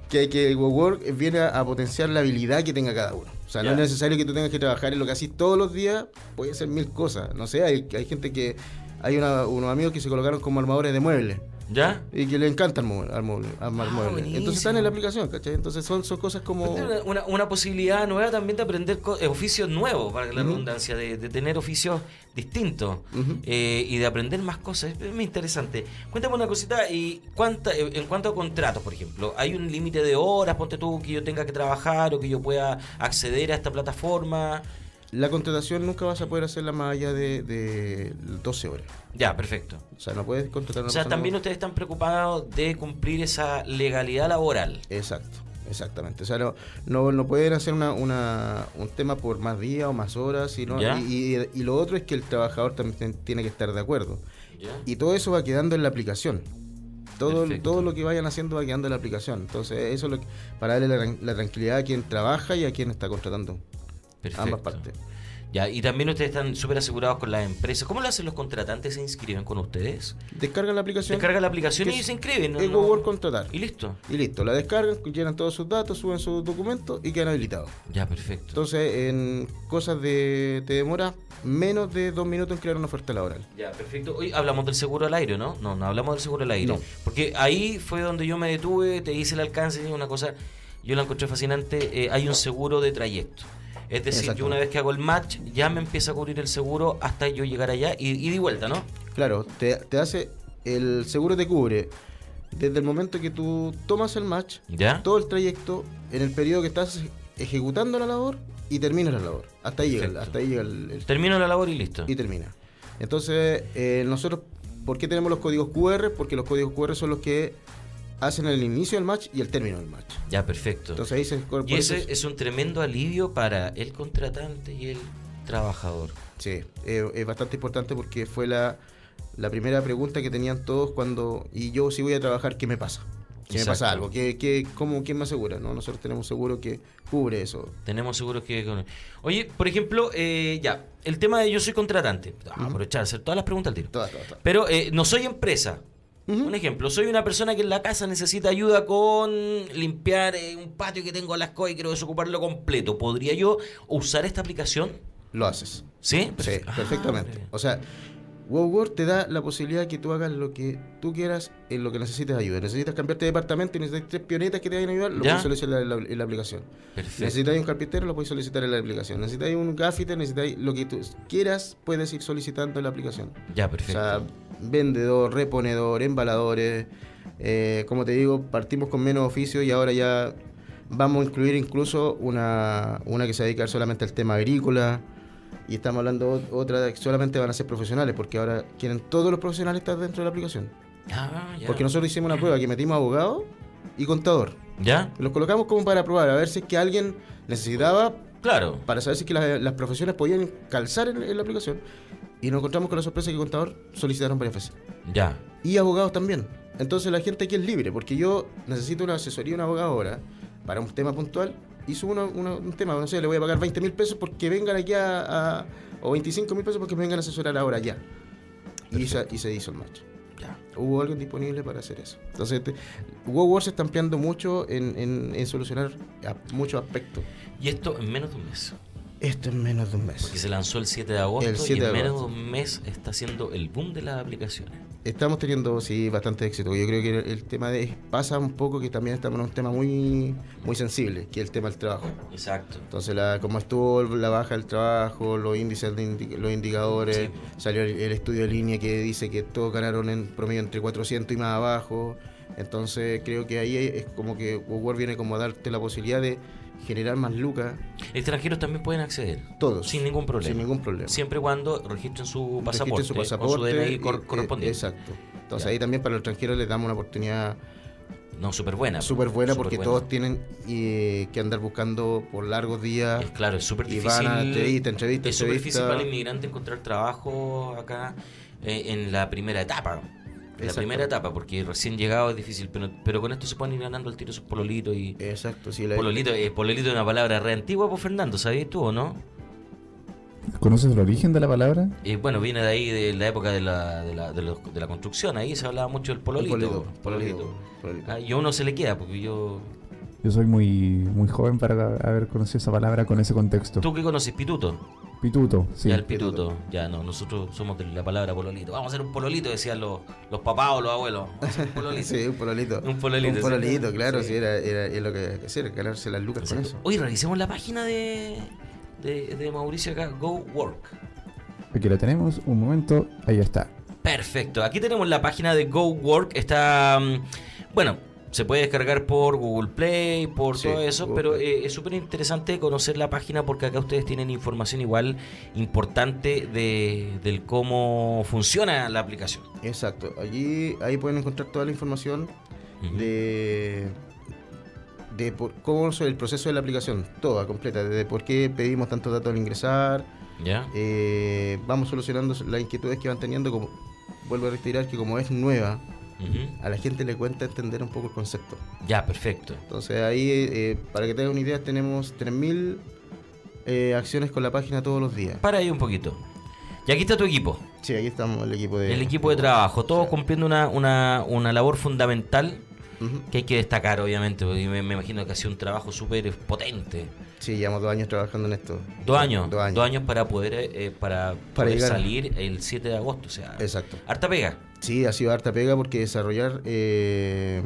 S7: que, que el WeWork viene a, a potenciar la habilidad que tenga cada uno. O sea, no
S4: Ya.
S7: es necesario que tú tengas que trabajar en lo que haces todos los días, puede ser mil cosas. No sé, hay, hay gente que. Hay una- unos amigos que se colocaron como armadores de muebles
S4: ¿Ya?
S7: y que le encanta armar, muebles. armar
S4: Ah,
S7: muebles.
S4: buenísimo.
S7: Entonces están en la aplicación, ¿cachai? Entonces son, son cosas como.
S4: Una, una- una posibilidad nueva también de aprender co- eh, oficios nuevos, para la
S7: Ujú.
S4: redundancia, de, de tener oficios distintos
S7: Ujú.
S4: eh, y de aprender más cosas. Es muy interesante. Cuéntame una cosita, y cuánta, eh, en cuanto a contratos, por ejemplo, ¿hay un límite de horas, ponte tú, que yo tenga que trabajar o que yo pueda acceder a esta plataforma?
S7: La contratación nunca vas a poder hacerla más allá de, de 12 horas.
S4: Ya, perfecto.
S7: O sea, no puedes contratar a una
S4: O sea,
S7: persona
S4: también
S7: más.
S4: ustedes están preocupados de cumplir esa legalidad laboral.
S7: Exacto, exactamente. O sea, no, no, no pueden hacer una, una- un tema por más días o más horas. Sino,
S4: Ya.
S7: y, y- y lo otro es que el trabajador también ten- tiene que estar de acuerdo.
S4: ¿Ya?
S7: Y todo eso va quedando en la aplicación. Todo,
S4: Perfecto.
S7: todo lo que vayan haciendo va quedando en la aplicación. Entonces, eso es lo que- para darle la, tran- la tranquilidad a quien trabaja y a quien está contratando. Ambas partes.
S4: Ya, y también ustedes están súper asegurados con las empresas. ¿Cómo lo hacen los contratantes? ¿Se inscriben con ustedes?
S7: Descargan la aplicación.
S4: Descargan la aplicación
S7: que
S4: y
S7: es-
S4: se inscriben. ¿no?
S7: es
S4: No-
S7: Google Contratar.
S4: Y listo.
S7: Y listo, la descargan, llenan todos sus datos, suben sus documentos y quedan habilitados.
S4: Ya, perfecto.
S7: Entonces, en cosas de. te demora menos de dos minutos en crear una oferta laboral.
S4: Ya, perfecto. Hoy hablamos del seguro al aire, ¿no? No, no hablamos del seguro al aire.
S7: No.
S4: Porque ahí fue donde yo me detuve, te hice el alcance, y una cosa, yo la encontré fascinante, eh, hay un seguro de trayecto. Es decir, yo
S7: Exacto.
S4: una vez que hago el match, ya me empieza a cubrir el seguro hasta yo llegar allá y, y de vuelta, ¿no?
S7: Claro, te, te hace. El seguro te cubre desde el momento que tú tomas el match,
S4: ¿Ya?
S7: todo el trayecto, en el periodo que estás ejecutando la labor y terminas la labor. Hasta ahí llega, el-
S4: Perfecto.
S7: hasta ahí llega el, el-
S4: Termino la labor y listo.
S7: y termina. Entonces, eh, nosotros, ¿por qué tenemos los códigos QR? Porque los códigos QR son los que hacen el inicio del match y el término del match.
S4: Ya, perfecto.
S7: Entonces ahí se por
S4: Y
S7: eso
S4: ese es un tremendo alivio para el contratante y el trabajador.
S7: Sí, eh, es bastante importante porque fue la, la primera pregunta que tenían todos cuando, y yo si voy a trabajar, ¿qué me pasa? Si me
S4: Exacto.
S7: pasa algo, ¿qué, qué, cómo, ¿quién me asegura? ¿no? Nosotros tenemos un seguro que cubre eso.
S4: Tenemos seguros que... Oye, por ejemplo, eh, ya, el tema de yo soy contratante. Vamos a aprovechar, hacer todas las preguntas al tiro.
S7: Todas, todas, todas.
S4: Pero eh, no soy empresa. Un ejemplo, soy una persona que en la casa necesita ayuda con limpiar eh, un patio que tengo a las cosas y quiero desocuparlo completo. ¿Podría yo usar esta aplicación?
S7: Lo haces.
S4: ¿Sí?
S7: Sí,
S4: Perfe- Ah,
S7: perfectamente.
S4: hombre.
S7: O sea, WoWWord te da la posibilidad de que tú hagas lo que tú quieras en lo que necesites ayuda. Necesitas cambiarte de departamento y necesitas tres pionetas que te vayan a ayudar, lo
S4: Ya.
S7: puedes solicitar en la, en la aplicación.
S4: Perfecto.
S7: Necesitáis un carpintero, lo puedes solicitar en la aplicación. Necesitáis un gaffiter, necesitáis lo que tú quieras, puedes ir solicitando en la aplicación.
S4: Ya,
S7: O
S4: perfecto.
S7: sea, vendedor, reponedor, embaladores. eh, como te digo, partimos con menos oficios y ahora ya vamos a incluir incluso una, una que se va a dedicar solamente al tema agrícola. Y estamos hablando ot- otra de que solamente van a ser profesionales, porque ahora quieren todos los profesionales estar dentro de la aplicación.
S4: Ah, ya.
S7: Porque nosotros hicimos una prueba que metimos abogado y contador.
S4: ¿Ya?
S7: Los colocamos como para probar, a ver si es que alguien necesitaba
S4: Claro.
S7: para saber si es que las, las profesiones podían calzar en, en la aplicación. Y nos encontramos con la sorpresa que contador solicitaron varias veces
S4: Ya.
S7: y abogados también. Entonces la gente aquí es libre, porque yo necesito una asesoría, un abogado ahora, para un tema puntual, y subo una- una- un tema, no sé, le voy a pagar 20 mil pesos porque vengan aquí a, a- o 25 mil pesos porque me vengan a asesorar ahora ya. Y se, y se hizo el match.
S4: Ya.
S7: Hubo alguien disponible para hacer eso. Entonces, te, WoWWorld se está ampliando mucho en, en- en solucionar a muchos aspectos.
S4: Y esto en menos de un mes.
S7: Esto en menos de un mes.
S4: Porque se lanzó el 7 de agosto
S7: El 7
S4: y en
S7: de
S4: menos de
S7: agosto.
S4: un mes está haciendo el boom de las aplicaciones.
S7: Estamos teniendo, sí, bastante éxito. Yo creo que el tema de pasa un poco que también estamos en un tema muy, muy sensible, que es el tema del trabajo.
S4: Exacto.
S7: Entonces, la, como estuvo la baja del trabajo, los índices, de indi- los indicadores,
S4: Sí.
S7: salió el, el estudio de línea que dice que todos ganaron en promedio entre 400 y más abajo. Entonces, creo que ahí es como que Google viene como a darte la posibilidad de generar más lucas,
S4: Extranjeros también pueden acceder.
S7: todos.
S4: Sin ningún problema.
S7: Sin ningún problema.
S4: Siempre y cuando registren su pasaporte,
S7: registren su
S4: o su
S7: pasaporte
S4: DNI cor-
S7: y-
S4: correspondiente.
S7: Exacto. Entonces,
S4: Ya.
S7: ahí también para los extranjeros les damos una oportunidad
S4: No, pues, súper buena.
S7: súper buena porque todos tienen eh, que andar buscando por largos días.
S4: Es claro, es súper
S7: Y
S4: difícil.
S7: van a entrevista, entrevista,
S4: es súper difícil
S7: entrevista.
S4: para el inmigrante encontrar trabajo acá eh, en la primera etapa. En La
S7: Exacto.
S4: primera etapa, porque recién llegado es difícil, pero, pero con esto se pueden ir ganando al tiro sus pololitos y.
S7: Exacto, sí, Eh, la-
S4: Pololito, eh, pololito es una palabra re antigua, pues Fernando, ¿sabías tú o no?
S5: ¿Conoces el origen de la palabra?
S4: Eh, bueno, viene de ahí, de la época de la, de la, de los- de la construcción, ahí se hablaba mucho del
S7: el
S4: pololito.
S7: pololito,
S4: pololito.
S7: pololito, pololito.
S4: Ah, y a uno se le queda, porque yo
S5: Yo soy muy, muy joven para haber conocido esa palabra con ese contexto.
S4: ¿Tú qué conoces? Pituto.
S5: Pituto, sí.
S4: ya el pituto. Ya no, nosotros somos de la palabra pololito. Vamos a hacer un pololito, decían los, los papás o los abuelos. Vamos a hacer un pololito.
S7: Sí, un pololito.
S4: Un pololito,
S7: Un pololito,
S4: sí.
S7: claro,
S4: Sí.
S7: sí, era, era, era lo que había que hacer, ganarse las lucas con
S4: Exacto.
S7: eso.
S4: Oye, revisemos la página de, de, de Mauricio acá, Go Work.
S5: Aquí la tenemos, un momento, ahí está.
S4: Perfecto. Aquí tenemos la página de Go Work. Está. mm, Bueno, se puede descargar por Google Play, por
S7: Sí,
S4: todo eso,
S7: Google
S4: pero
S7: Play.
S4: eh, es súper interesante conocer la página porque acá ustedes tienen información igual importante de, del cómo funciona la aplicación.
S7: Exacto, allí ahí pueden encontrar toda la información
S4: Ujú.
S7: de, de por- cómo es el proceso de la aplicación, toda completa, desde por qué pedimos tantos datos al ingresar,
S4: ¿Ya?
S7: eh, vamos solucionando las inquietudes que van teniendo, como vuelvo a retirar que como es nueva,
S4: Ujú.
S7: a la gente le cuenta entender un poco el concepto.
S4: Ya, perfecto.
S7: Entonces ahí, eh, para que tengan una idea, tenemos 3.000 eh, acciones con la página todos los días.
S4: Para ahí un poquito. Y aquí está tu equipo.
S7: Sí, aquí estamos el equipo de...
S4: El equipo de trabajo, todos cumpliendo una, una, una labor fundamental
S7: Ujú.
S4: que hay que destacar, obviamente, porque me, me imagino que ha sido un trabajo súper potente.
S7: Sí, llevamos dos años trabajando en esto.
S4: Dos años,
S7: Dos años.
S4: para poder, eh, para
S7: Para
S4: poder
S7: llegar.
S4: salir el 7 de agosto, o sea,
S7: Exacto.
S4: harta pega.
S7: Sí, ha sido harta pega porque desarrollar eh,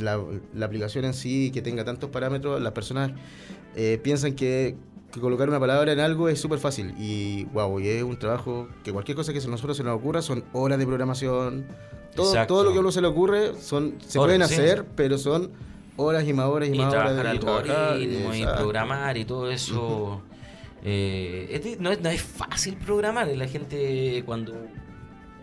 S7: la, la aplicación en sí que tenga tantos parámetros, las personas eh, piensan que, que colocar una palabra en algo es súper fácil. Y wow, y es un trabajo que cualquier cosa que a nosotros se nos ocurra son horas de programación. Todo,
S4: Exacto.
S7: todo lo que a uno se le ocurre son, se
S4: Horas,
S7: pueden
S4: sí.
S7: hacer, pero son horas y más horas y
S4: Y
S7: más horas
S4: trabajar
S7: de
S4: algoritmos y
S7: exacto.
S4: programar y todo eso. Eh, es de- no, es, no es fácil programar, la gente cuando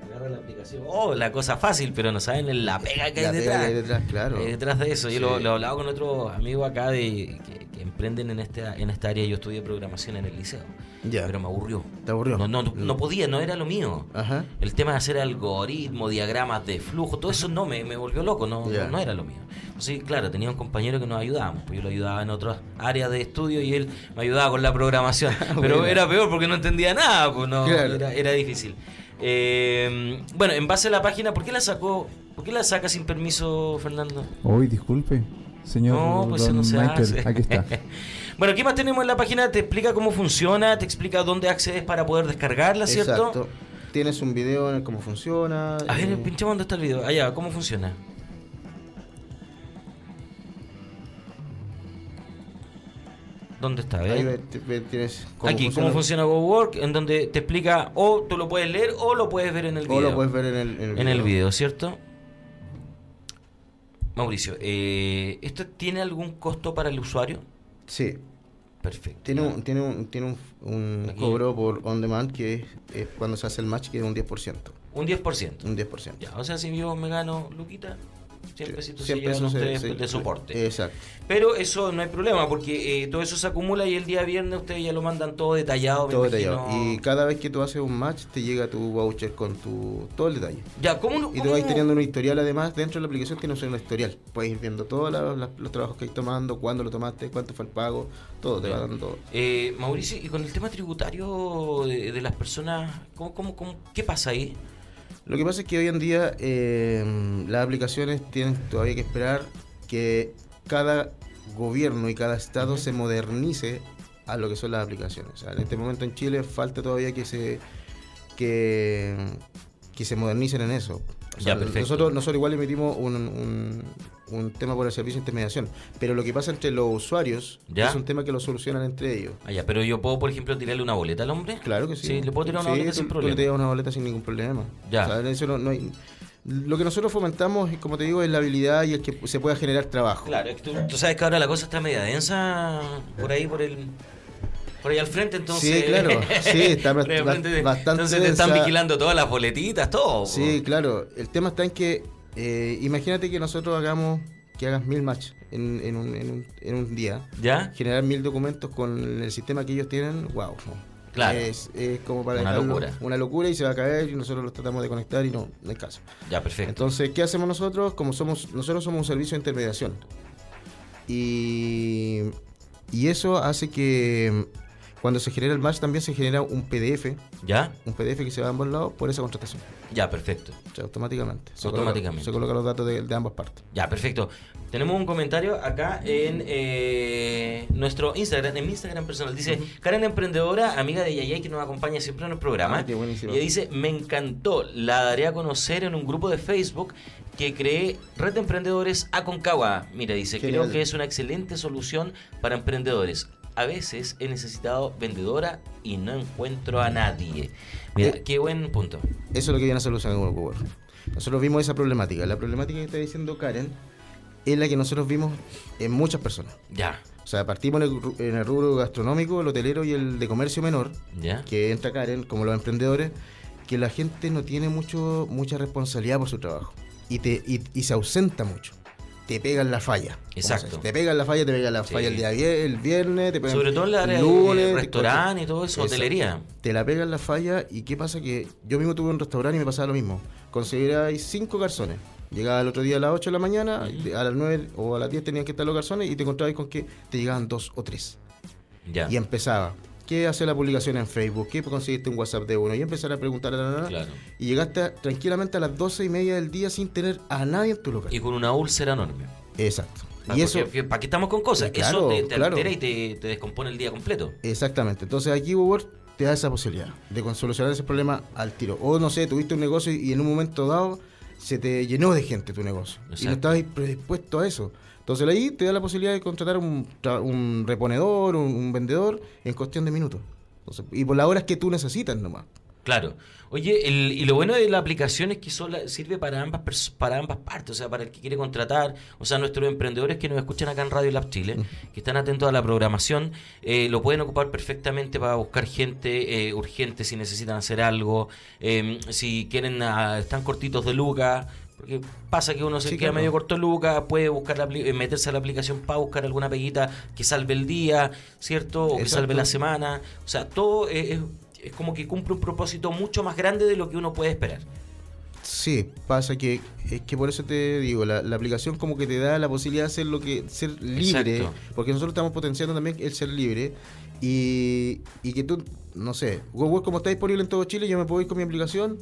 S4: agarra la aplicación, oh, la cosa fácil, pero no saben la pega que
S7: La
S4: hay
S7: pega
S4: detrás.
S7: que hay detrás, claro.
S4: Eh, detrás de eso. Yo
S7: Sí.
S4: lo, lo he hablado con otros amigos acá de, que, que emprenden en esta, en esta área. Yo estudié programación en el liceo,
S7: Ya.
S4: pero me aburrió.
S7: ¿Te aburrió? Mm.
S4: No, no, no, no podía, no era lo mío.
S7: Ajá.
S4: El tema de hacer algoritmos, diagramas de flujo, todo eso no me, me volvió loco, no,
S7: Ya.
S4: no, no era lo mío. Entonces, claro, tenía un compañero que nos ayudábamos, pues yo lo ayudaba en otras áreas de estudio y él me ayudaba con la programación. Pero
S7: Buena.
S4: era peor porque no entendía nada, pues no,
S7: Claro.
S4: era, era difícil. Eh, bueno, en base a la página, ¿por qué la sacó? ¿Por qué la saca sin permiso, Fernando?
S5: Uy, disculpe, señor
S4: No, pues eso
S5: don
S4: no se
S5: Michael,
S4: hace.
S5: aquí está.
S4: Bueno, ¿qué más tenemos en la página? Te explica cómo funciona, te explica dónde accedes para poder descargarla, ¿cierto?
S7: Exacto. Tienes un video en el cómo funciona.
S4: A ver,
S7: eh,
S4: pinchamos dónde está el video. Allá, ¿cómo funciona? ¿Dónde está? A ver.
S7: ahí ve- te- ve- tienes
S4: Aquí, cómo funciona GoWork, en donde te explica, o tú lo puedes leer o lo puedes ver en el
S7: O
S4: video.
S7: lo puedes ver en el,
S4: en el video, ¿cierto? Mauricio, eh, ¿esto tiene algún costo para el usuario?
S7: Sí.
S4: Perfecto.
S7: Tiene un, tiene un, tiene un, un
S4: Aquí.
S7: cobro por on demand que es, es cuando se hace el match que es un 10%.
S4: Un 10%.
S7: Un 10%.
S4: Ya, o sea, si yo me gano Luquita, siempre si tú se Eh,
S7: Siempre
S4: llevan
S7: eso se-
S4: ustedes pues,
S7: se-
S4: de soporte.
S7: Exacto.
S4: Pero eso no hay problema, porque eh, todo eso se acumula y el día viernes ustedes ya lo mandan todo detallado. me
S7: Todo detallado.
S4: imagino.
S7: Y cada vez que tú haces un match te llega tu voucher con tu todo el detalle.
S4: ya, ¿cómo, no-
S7: Y tú
S4: cómo-
S7: vas teniendo un historial además, dentro de la aplicación tienes un historial. Puedes ir viendo todos la- la- los trabajos que hay tomando, cuándo lo tomaste, cuánto fue el pago, todo, te va dando todo.
S4: Eh, Mauricio, y con el tema tributario de, de las personas, ¿cómo, cómo, cómo- qué pasa ahí?
S7: Lo que pasa es que hoy en día eh, las aplicaciones tienen todavía que esperar que cada gobierno y cada estado se modernice a lo que son las aplicaciones. O sea, en este momento en Chile falta todavía que se que, que se modernicen en eso. O sea,
S4: Ya, perfecto.
S7: nosotros, nosotros igual emitimos un, un- un tema por el servicio de intermediación, pero lo que pasa entre los usuarios
S4: Ya.
S7: es un tema que lo solucionan entre ellos.
S4: Allá, Ah, pero yo puedo, por ejemplo, tirarle una boleta al hombre.
S7: Claro que sí.
S4: Sí, le puedo tirar una
S7: Sí,
S4: boleta
S7: tú-
S4: sin
S7: Tú
S4: problema.
S7: le tiras una boleta sin ningún problema.
S4: Ya.
S7: O sea, eso no- no hay- lo que nosotros fomentamos, como te digo, es la habilidad y el que se pueda generar trabajo.
S4: Claro, es que tú, tú sabes que ahora la cosa está media densa por ahí, por el. Por ahí al frente, entonces.
S7: Sí, claro. Sí, está
S4: Por ahí al
S7: bast- bastante
S4: Entonces te están
S7: densa.
S4: vigilando todas las boletitas, todo.
S7: Sí, claro. El tema está en que, eh, imagínate que nosotros hagamos, que hagas mil match en, en un, en un- en un día.
S4: ¿Ya?
S7: Generar mil documentos con el sistema que ellos tienen, wow.
S4: Claro.
S7: Es, es como para
S4: Una
S7: dejarlo-
S4: locura.
S7: Una locura y se va a caer y nosotros los tratamos de conectar y no, no hay caso.
S4: Ya, perfecto.
S7: Entonces, ¿qué hacemos nosotros? Como somos, nosotros somos un servicio de intermediación. Y, y eso hace que mm, Cuando se genera el match también se genera un PDF,
S4: ¿Ya?
S7: un PDF que se va a ambos lados por esa contratación.
S4: Ya, perfecto.
S7: O sea, automáticamente. Se coloca-
S4: Automáticamente.
S7: se colocan los datos de, de ambas partes.
S4: Ya, perfecto. Tenemos un comentario acá en eh, nuestro Instagram, en mi Instagram personal. Dice, Karen Emprendedora, amiga de Yayay, que nos acompaña siempre en el programa.
S7: Ah, qué buenísimo.
S4: Y dice, me encantó, la daré a conocer en un grupo de Facebook que cree Red de Emprendedores Aconcagua. Mira, dice,
S7: Genial.
S4: creo que es una excelente solución para emprendedores. A veces he necesitado vendedora y no encuentro a nadie. Mira,
S7: Eh.
S4: qué buen punto.
S7: Eso es lo que viene a solucionar con Google Work. Nosotros vimos esa problemática. La problemática que está diciendo Karen es la que nosotros vimos en muchas personas.
S4: Ya,
S7: O sea, partimos en el, ru- en el rubro gastronómico, el hotelero y el de comercio menor,
S4: ya.
S7: que entra Karen, como los emprendedores, que la gente no tiene mucho, mucha responsabilidad por su trabajo y, te, y, y se ausenta mucho. Te pegan la falla. como
S4: Exacto.
S7: se dice. Te pegan la falla, te pegan la
S4: Sí.
S7: falla el día vier- el viernes, te pegan
S4: Sobre todo en la área
S7: el
S4: de
S7: lunes, te-
S4: restaurante y todo eso,
S7: Exacto
S4: hotelería.
S7: te la pegan la falla y qué pasa que yo mismo tuve un restaurante y me pasaba lo mismo. Conseguíais cinco garzones. Llegaba el otro día a las 8 de la mañana, y a las 9 o a las 10 tenían que estar los garzones y te encontrabais con que te llegaban dos o tres.
S4: Ya.
S7: Y empezaba, ¿qué hacer la publicación en Facebook? ¿Qué conseguiste un WhatsApp de uno? Y empezar a preguntar a la nana.
S4: Claro.
S7: Y llegaste a- tranquilamente a las 12 y media del día sin tener a nadie en tu local.
S4: Y con una úlcera enorme.
S7: Exacto.
S4: Ah,
S7: pues, Y eso,
S4: porque- ¿Para qué estamos con cosas? Eso
S7: Claro,
S4: te, te
S7: claro.
S4: altera y te, te descompone el día completo.
S7: Exactamente. Entonces aquí Google te da esa posibilidad de con- solucionar ese problema al tiro. O no sé, tuviste un negocio y en un momento dado se te llenó de gente tu negocio. Y no
S4: Exacto.
S7: estabas predispuesto a eso. Entonces ahí te da la posibilidad de contratar un, tra- un reponedor, un, un vendedor en cuestión de minutos. Entonces, y por las horas que tú necesitas nomás.
S4: Claro. Oye, el- y lo bueno de la aplicación es que sola- sirve para ambas pers- para ambas partes, o sea, para el que quiere contratar, o sea, nuestros emprendedores que nos escuchan acá en Radio Lab Chile, que están atentos a la programación, eh, lo pueden ocupar perfectamente para buscar gente eh, urgente si necesitan hacer algo, eh, si quieren, ah, están cortitos de lucas. Porque pasa que uno se
S7: Sí,
S4: queda
S7: claro.
S4: medio corto de lucas, puede buscar la apli- eh, meterse a la aplicación para buscar alguna peguita que salve el día, ¿cierto? O que
S7: Exacto.
S4: salve la semana. O sea, todo es, es- es como que cumple un propósito mucho más grande de lo que uno puede esperar.
S7: Sí, pasa que es que por eso te digo, la, la aplicación como que te da la posibilidad de ser lo que ser libre,
S4: Exacto.
S7: porque nosotros estamos potenciando también el ser libre y, y que tú, no sé, Google Work como está disponible en todo Chile, yo me puedo ir con mi aplicación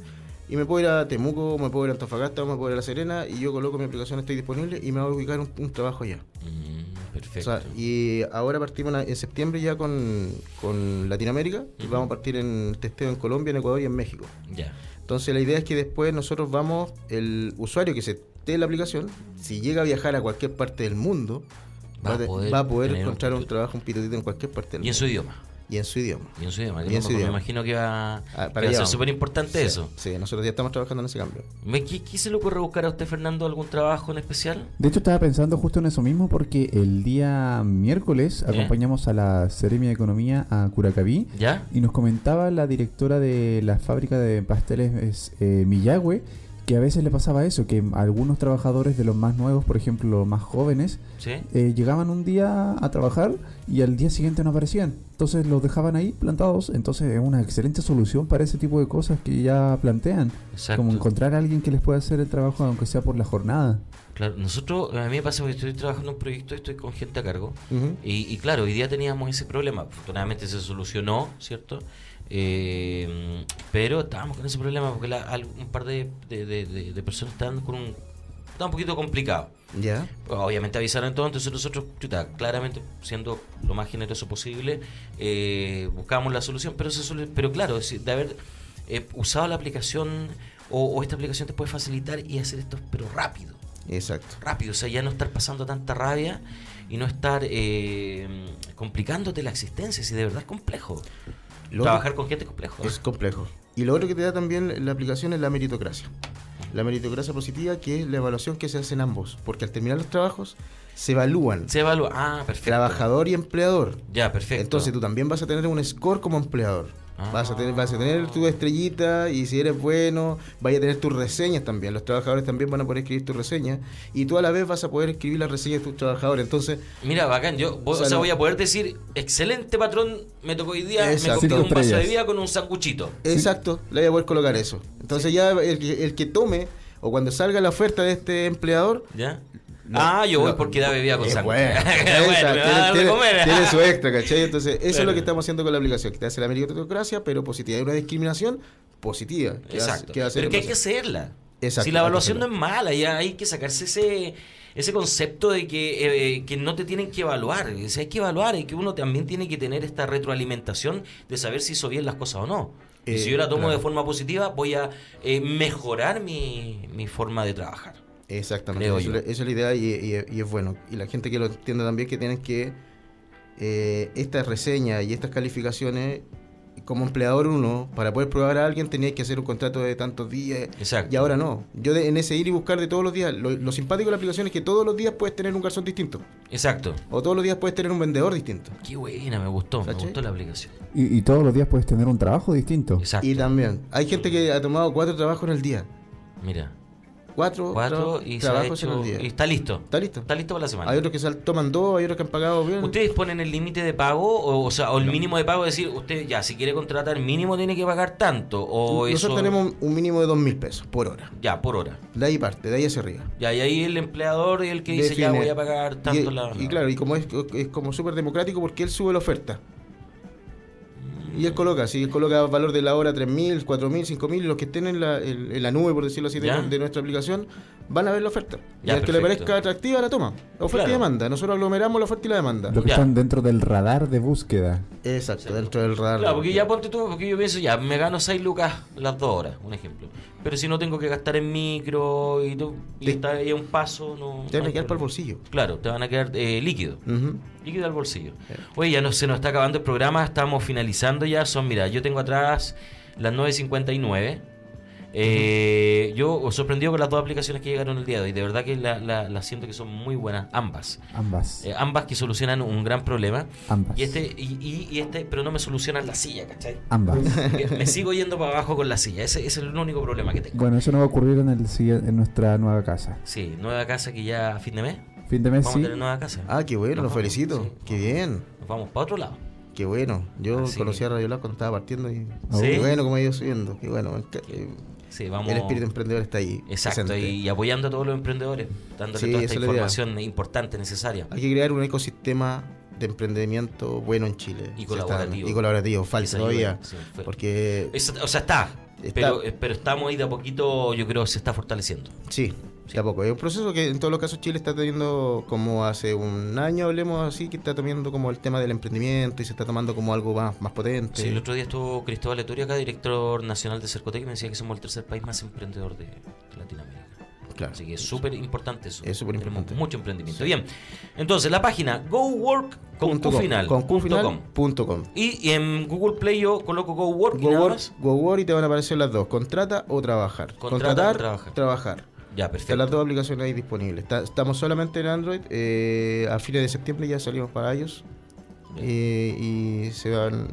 S7: y me puedo ir a Temuco, me puedo ir a Antofagasta, me puedo ir a La Serena y yo coloco mi aplicación, estoy disponible y me voy a ubicar un, un trabajo ya. O
S4: perfecto.
S7: sea, y ahora partimos en- en septiembre ya con, con Latinoamérica y vamos a partir en testeo en Colombia, en Ecuador y en México.
S4: ya.
S7: Entonces la idea es que después nosotros vamos, el usuario que se esté en la aplicación, si llega a viajar a cualquier parte del mundo,
S4: Va
S7: va,
S4: a
S7: a, te-
S4: poder
S7: va a poder
S4: tener un
S7: encontrar un,
S4: pitu-
S7: trabajo, un pitutito en cualquier parte del
S4: Y en
S7: mundo.
S4: su idioma.
S7: y en su idioma.
S4: Y en su idioma. que
S7: Y en su
S4: me- me
S7: idioma.
S4: imagino que va,
S7: Ah, para
S4: que va
S7: allá
S4: a ser
S7: vamos.
S4: súper importante
S7: Sí,
S4: eso.
S7: Sí, nosotros ya estamos trabajando en ese cambio.
S4: ¿Me- ¿Qué, qué se le ocurre buscar a usted, Fernando, algún trabajo en especial?
S5: De hecho, estaba pensando justo en eso mismo porque el día miércoles
S4: ¿Ya?
S5: acompañamos a la Seremia de Economía a Curacaví
S4: ¿Ya?
S5: y nos comentaba la directora de la fábrica de pasteles es, eh, Miyagüe que a veces le pasaba eso, que algunos trabajadores de los más nuevos, por ejemplo, los más jóvenes,
S4: ¿Sí?
S5: eh, llegaban un día a trabajar y al día siguiente no aparecían. Entonces los dejaban ahí plantados. Entonces es una excelente solución para ese tipo de cosas que ya plantean.
S4: Exacto.
S5: Como encontrar a alguien que les pueda hacer el trabajo, aunque sea por la jornada.
S4: Claro, nosotros, a mí me pasa que estoy trabajando en un proyecto, estoy con gente a cargo.
S7: Ujú.
S4: Y, y claro, hoy día teníamos ese problema. Afortunadamente se solucionó, ¿cierto? Eh, pero estábamos con ese problema porque la- al- un par de, de- de- de- de personas estaban con un. Estaba un poquito complicado.
S7: Ya.
S4: Obviamente avisaron todo, entonces nosotros, chuta, claramente, siendo lo más generoso posible, eh, buscamos la solución. Pero, se solu- pero claro, si- de haber eh, usado la aplicación o, o esta aplicación te puede facilitar y hacer esto, pero rápido
S7: Exacto.
S4: rápido, o sea, ya no estar pasando tanta rabia y no estar eh, complicándote la existencia, si de verdad es complejo.
S7: Lo
S4: Trabajar con gente es complejo.
S7: Es complejo. Y lo otro que te da también la aplicación es la meritocracia. La meritocracia positiva, que es la evaluación que se hacen ambos, porque al terminar los trabajos se evalúan
S4: Se evalúa. Ah, perfecto.
S7: trabajador y empleador.
S4: Ya, perfecto.
S7: Entonces tú también vas a tener un score como empleador.
S4: Ah.
S7: Vas, a tener, vas a tener tu estrellita y si eres bueno, vas a tener tus reseñas también. Los trabajadores también van a poder escribir tus reseñas y tú a la vez vas a poder escribir las reseñas de tus trabajadores. Entonces,
S4: Mira, bacán, yo voy, o
S7: O sea,
S4: sea,
S7: no-
S4: voy a poder decir, excelente patrón, me tocó hoy día,
S7: Exacto.
S4: me compré un
S5: Cinco
S4: vaso de
S5: estrellas.
S4: vida con un sanguchito.
S7: exacto, le voy a poder colocar eso. Entonces ya el, que- el que tome o cuando salga la oferta de este empleador,
S4: ¿Ya? ah, yo voy
S7: no,
S4: porque da bebida con
S7: Es
S4: sándwich.
S7: bueno,
S4: Bueno, me va a
S7: esa, tiene,
S4: dar de
S7: tiene-
S4: comer.
S7: tiene su extra, ¿cachai? Entonces, eso es
S4: Claro.
S7: lo que estamos haciendo con la aplicación, que te hace la meritocracia, pero positiva. Hay una discriminación positiva. que hace-
S4: Exacto.
S7: que hace
S4: Pero
S7: la
S4: que hay que
S7: persona.
S4: hacerla.
S7: Exacto,
S4: si la
S7: hay que
S4: evaluación no es
S7: hacerla.
S4: mala, ya hay que sacarse ese, ese concepto de que, eh, que no te tienen que evaluar. O sea, hay que evaluar y que uno también tiene que tener esta retroalimentación de saber si hizo bien las cosas o no. y
S7: Eh,
S4: si yo la tomo
S7: claro.
S4: de forma positiva, voy a eh, mejorar mi, mi forma de trabajar.
S7: Exactamente.
S4: Creo
S7: Eso
S4: yo.
S7: es la- esa es la idea y, y- y es bueno. Y la gente que lo entiende también que tienen que eh, estas reseñas y estas calificaciones, como empleador uno, para poder probar a alguien tenías que hacer un contrato de tantos días.
S4: Exacto.
S7: Y ahora no. Yo de- en ese ir y buscar de todos los días, lo, lo simpático de la aplicación es que todos los días puedes tener un garzón distinto.
S4: Exacto.
S7: O todos los días puedes tener un vendedor distinto.
S4: Qué buena, me gustó. Me
S7: ¿Cachai?
S4: gustó la aplicación.
S5: Y, y todos los días puedes tener un trabajo distinto.
S4: Exacto.
S7: Y también, hay gente que ha tomado cuatro trabajos en el día.
S4: Mira.
S7: Cuatro,
S4: Cuatro
S7: tra-
S4: y, se ha
S7: trabajos
S4: hecho-
S7: en el
S4: y
S7: día.
S4: está listo.
S7: Está listo.
S4: Está listo para la semana.
S7: Hay otros que sal- toman dos, hay otros que han pagado bien.
S4: ¿Ustedes ponen el límite de pago o, o sea, o el mínimo de pago? Es decir, usted ya, si quiere contratar mínimo tiene que pagar tanto o eso...
S7: Nosotros tenemos un- un mínimo de dos mil pesos por hora.
S4: Ya, por hora.
S7: De ahí parte, de ahí hacia arriba.
S4: Ya, y ahí el empleador es el que dice, ya
S7: Define.
S4: voy a pagar tanto
S7: y,
S4: la...
S7: y claro, y como es, es como súper democrático porque él sube la oferta. Y él coloca, si él coloca valor de la hora 3.000, 4.000, 5.000, los que estén en la, en, en la nube, por decirlo así, de,
S4: Ya.
S7: de nuestra aplicación, van a ver la oferta. y
S4: Ya,
S7: al que le
S4: perfecto.
S7: parezca atractiva, la toma. Oferta
S4: Claro.
S7: y demanda. Nosotros aglomeramos la oferta y la demanda.
S5: Los que
S4: Ya.
S5: están dentro del radar de búsqueda.
S7: Exacto, dentro del radar.
S4: Claro, porque ya ponte tú, porque yo pienso, ya, me gano 6 lucas las 2 horas, un ejemplo. Pero si no tengo que gastar en micro y, tú, y
S7: Sí.
S4: está ahí a un paso, no...
S7: Te van
S4: no hay
S7: a quedar para el
S4: problema.
S7: bolsillo.
S4: Claro, te van a quedar eh, líquido.
S7: Ujú.
S4: Líquido al bolsillo. Oye, ya no, se nos está acabando el programa, estamos finalizando ya. Son, mira, yo tengo atrás las 9.59. Eh, yo sorprendido con las dos aplicaciones que llegaron el día de hoy. De verdad que la- la- las siento que son muy buenas, ambas.
S5: Ambas.
S4: Eh, ambas que solucionan un gran problema.
S5: Ambas.
S4: Y este, y, y- y este, pero no me solucionan la silla, ¿cachai?
S5: Ambas.
S4: Me, me sigo yendo para abajo con la silla. Ese, ese es el único problema que tengo.
S5: bueno, eso no va a ocurrir en, el, sigui- en nuestra nueva casa.
S4: Sí, nueva casa que ya a fin de mes.
S5: Fin de mes
S4: Vamos a
S5: sí.
S4: tener nueva casa.
S7: Ah, qué bueno,
S4: Nos
S7: los
S4: vamos,
S7: felicito.
S4: sí.
S7: Qué bien,
S4: Nos vamos para otro lado.
S7: qué bueno. Yo
S4: Así
S7: conocí
S4: que-
S7: a Radiola cuando estaba partiendo y
S4: Ah,
S5: Sí.
S7: qué bueno como ha ido subiendo. Qué bueno. Este-
S4: Sí, vamos.
S7: El espíritu emprendedor está ahí.
S4: Exacto,
S7: presente.
S4: y, y apoyando a todos los emprendedores, dándole
S7: Sí,
S4: toda esta
S7: esa es la idea.
S4: información importante, necesaria.
S7: Hay que crear un ecosistema de emprendimiento bueno en Chile.
S4: Y
S7: Se
S4: colaborativo.
S7: está- y colaborativo, falso
S4: Esa ayuda,
S7: todavía.
S4: sí, fue-
S7: Porque
S4: Eso- o sea, está,
S7: Está.
S4: Pero, eh, pero estamos ahí de a poquito, yo creo, se está fortaleciendo.
S7: sí, de a poco. Es un proceso que en todos los casos Chile está teniendo como hace un año, hablemos así, que está tomando como el tema del emprendimiento y se está tomando como algo más, más potente.
S4: Sí, el otro día estuvo Cristóbal Etorio acá, director nacional de Cercotec, y me decía que somos el tercer país más emprendedor de, de Latinoamérica.
S7: Claro.
S4: Así que es súper importante eso.
S7: Es súper
S4: Tenemos
S7: importante.
S4: mucho emprendimiento. Bien, entonces la página gowork con
S7: Punto
S4: Q
S7: com.
S4: final,
S7: Con Q
S4: punto
S7: final,
S4: com.
S7: punto com.
S4: Y, y en Google Play yo coloco GoWork y nada
S7: GoWork,
S4: más.
S7: GoWork y te van a aparecer las dos, contrata o trabajar.
S4: Contrata o
S7: Contratar,
S4: trabajar.
S7: trabajar.
S4: Ya,
S7: Están
S4: perfecto.
S7: las dos aplicaciones ahí disponibles. Está- estamos solamente en Android. eh, a fines de septiembre ya salimos para ellos. y se van,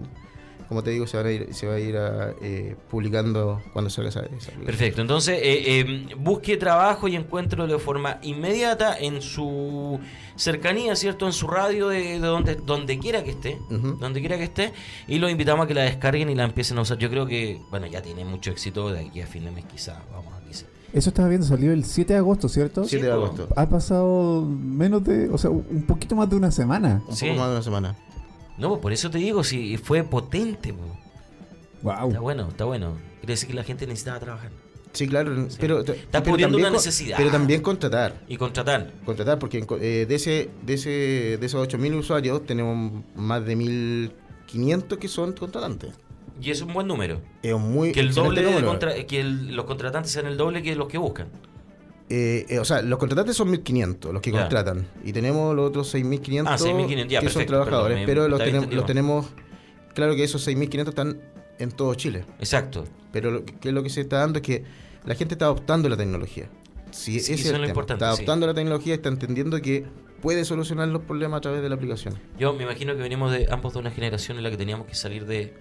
S7: como te digo, se, van a ir, se va a ir a, eh, publicando cuando salga esa, esa aplicación.
S4: Perfecto, entonces eh, eh, busque trabajo y encuentro de forma inmediata en su cercanía, ¿cierto? En su radio, de, de donde, donde quiera que esté,
S7: Ujú.
S4: donde quiera que esté, y los invitamos a que la descarguen y la empiecen a usar. Yo creo que, bueno, ya tiene mucho éxito de aquí a fin de mes, quizás, vamos a quizás.
S5: Eso estaba viendo, salió el 7 de agosto, ¿cierto?
S7: 7 de
S4: Sí, po.
S7: agosto.
S5: Ha pasado menos de, o sea, un poquito más de una semana.
S7: Un
S4: Sí.
S7: poco más de una semana.
S4: No, pues, por eso te digo, si fue potente, po.
S5: Wow.
S4: está bueno, está bueno. Quiere decir que la gente necesitaba trabajar
S7: Sí, claro. Pero, pero
S4: cubriendo una
S7: con-
S4: necesidad.
S7: Pero también contratar.
S4: y contratar.
S7: Contratar, porque en co- eh, de, ese, de, ese, de esos 8.000 usuarios tenemos más de 1.500 que son contratantes.
S4: Y es un buen número.
S7: Es un muy
S4: Que, el
S7: excelente
S4: doble de
S7: número.
S4: contra- que el- los contratantes sean el doble que los que buscan.
S7: Eh, eh, o sea, los contratantes son 1.500 los que
S4: Ya.
S7: contratan. Y tenemos los otros 6.500
S4: Ah, 6.500, ya,
S7: que son
S4: perfecto,
S7: trabajadores.
S4: perdón, me-
S7: pero los,
S4: está
S7: tenem-
S4: bien
S7: los
S4: entendido.
S7: tenemos. Claro que esos 6.500 están en todo Chile.
S4: Exacto.
S7: Pero lo que, que lo que se está dando es que la gente está adoptando la tecnología. Sí,
S4: Sí,
S7: ese
S4: eso
S7: es
S4: es
S7: el
S4: lo
S7: tema.
S4: importante,
S7: Está
S4: sí.
S7: adoptando la tecnología y está entendiendo que puede solucionar los problemas a través de la aplicación.
S4: Yo me imagino que venimos de ambos de una generación en la que teníamos que salir de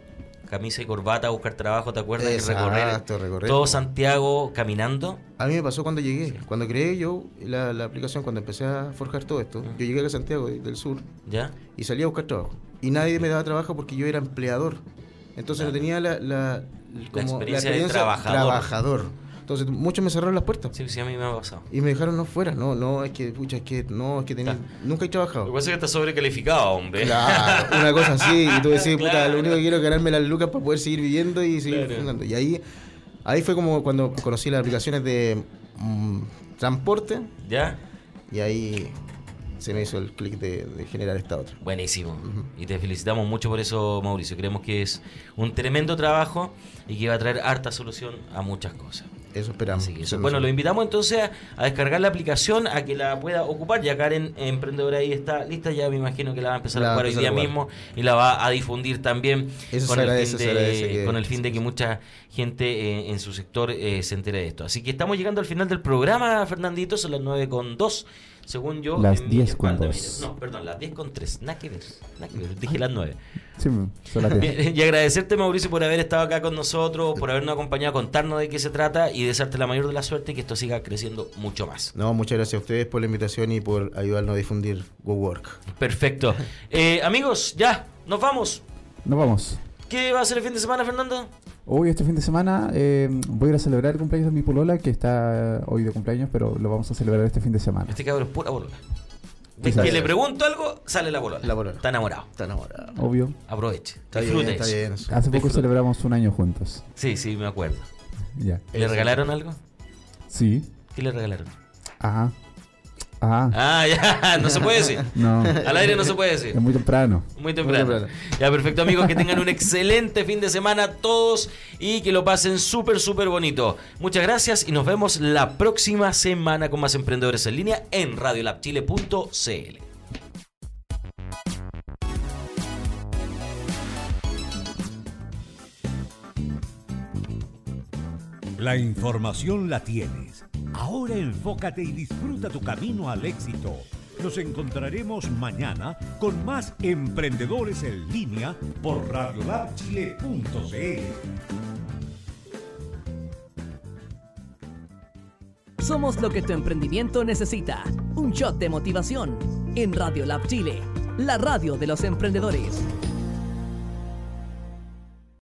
S4: camisa y corbata a buscar trabajo, ¿te acuerdas? Y recorrer
S7: Exacto, recorrer.
S4: todo Santiago caminando.
S7: A mí me pasó cuando llegué. Cuando creé yo la, la aplicación, cuando empecé a forjar todo esto, yo llegué a Santiago del Sur
S4: ¿Ya?
S7: y salía a buscar trabajo. Y nadie me daba trabajo porque yo era empleador. Entonces no tenía la, la- como
S4: experiencia de trabajador.
S7: trabajador. Entonces Entonces muchos me cerraron las puertas.
S4: Sí, sí, a mí me ha pasado.
S7: Y me dejaron afuera. No, no, es que, pucha, es que, no, es que tenía,
S4: Claro.
S7: nunca he
S4: Lo que
S7: trabajado.
S4: pasa es que está sobrecalificado, hombre.
S7: Claro, una cosa así. Y tú decís, puta,
S4: Claro.
S7: lo único que quiero es ganarme las lucas para poder seguir viviendo y seguir
S4: Claro.
S7: funcionando. Y ahí, ahí fue como cuando conocí las aplicaciones de mm, transporte
S4: ¿Ya?
S7: y ahí se me hizo el clic de, de generar esta otra.
S4: Buenísimo. Y te felicitamos mucho por eso, Mauricio. Creemos que es un tremendo trabajo y que va a traer harta solución a muchas cosas.
S7: Eso esperamos.
S4: Así que eso.
S7: Solución.
S4: Bueno, lo invitamos entonces a, a descargar la aplicación, a que la pueda ocupar. Ya Karen eh, Emprendedora ahí está lista, ya me imagino que la va a empezar
S7: La
S4: a
S7: va a
S4: ocupar hoy día
S7: empezar a ocupar.
S4: mismo y la va a difundir también
S7: Eso
S4: con,
S7: se
S4: el
S7: agradece,
S4: fin
S7: se
S4: de,
S7: agradece que-
S4: con el fin de que mucha gente eh, en su sector eh, se entere de esto. Así que estamos llegando al final del programa, Fernandito, son las 9 con 2. Según yo,
S5: Las
S4: en
S5: 10 con
S4: espalda,
S5: dos.
S4: mire. No, perdón, las 10 con 3. Nada que ver. Nada que ver. Dije las 9.
S5: Sí, son las 10.
S4: Bien, Y agradecerte, Mauricio, por haber estado acá con nosotros, por habernos acompañado, contarnos de qué se trata y desearte la mayor de la suerte y que esto siga creciendo mucho más.
S7: No, muchas gracias a ustedes por la invitación y por ayudarnos a difundir GoWork.
S4: Perfecto. Eh, amigos, ya, nos vamos.
S5: Nos vamos.
S4: ¿Qué va a ser el fin de semana, Fernando?
S5: Hoy, este fin de semana, eh, voy a ir a celebrar el cumpleaños de mi polola, que está hoy de cumpleaños, pero lo vamos a celebrar este fin de semana.
S4: Este cabrón es pura bolola. Ves
S5: Exacto.
S4: que le pregunto algo, sale la bolola.
S7: La bolola.
S4: Está enamorado.
S7: Está enamorado.
S5: Obvio.
S4: Aproveche.
S7: Está bien,
S4: disfrute
S7: está
S4: eso.
S7: bien. eso.
S5: Hace poco
S4: Disfruta.
S5: celebramos un año juntos.
S4: Sí, sí, me acuerdo.
S5: Ya.
S4: ¿Le regalaron algo?
S5: Sí. Ah.
S4: ¿Qué le regalaron?
S5: Ajá. Ajá.
S4: Ah, ya, no se puede decir.
S5: No.
S4: Al aire no se puede decir.
S5: Es muy temprano.
S4: Muy temprano.
S7: Muy temprano.
S4: Ya, perfecto, amigos. Que tengan un excelente fin de semana todos y que lo pasen súper, súper bonito. Muchas gracias y nos vemos la próxima semana con más emprendedores en línea en radiolabchile.cl.
S3: La información la tienes. Ahora enfócate y disfruta tu camino al éxito. Nos encontraremos mañana con más emprendedores en línea por radiolabchile.cl.
S1: Somos lo que tu emprendimiento necesita. Un shot de motivación. En Radio Lab Chile, la radio de los emprendedores.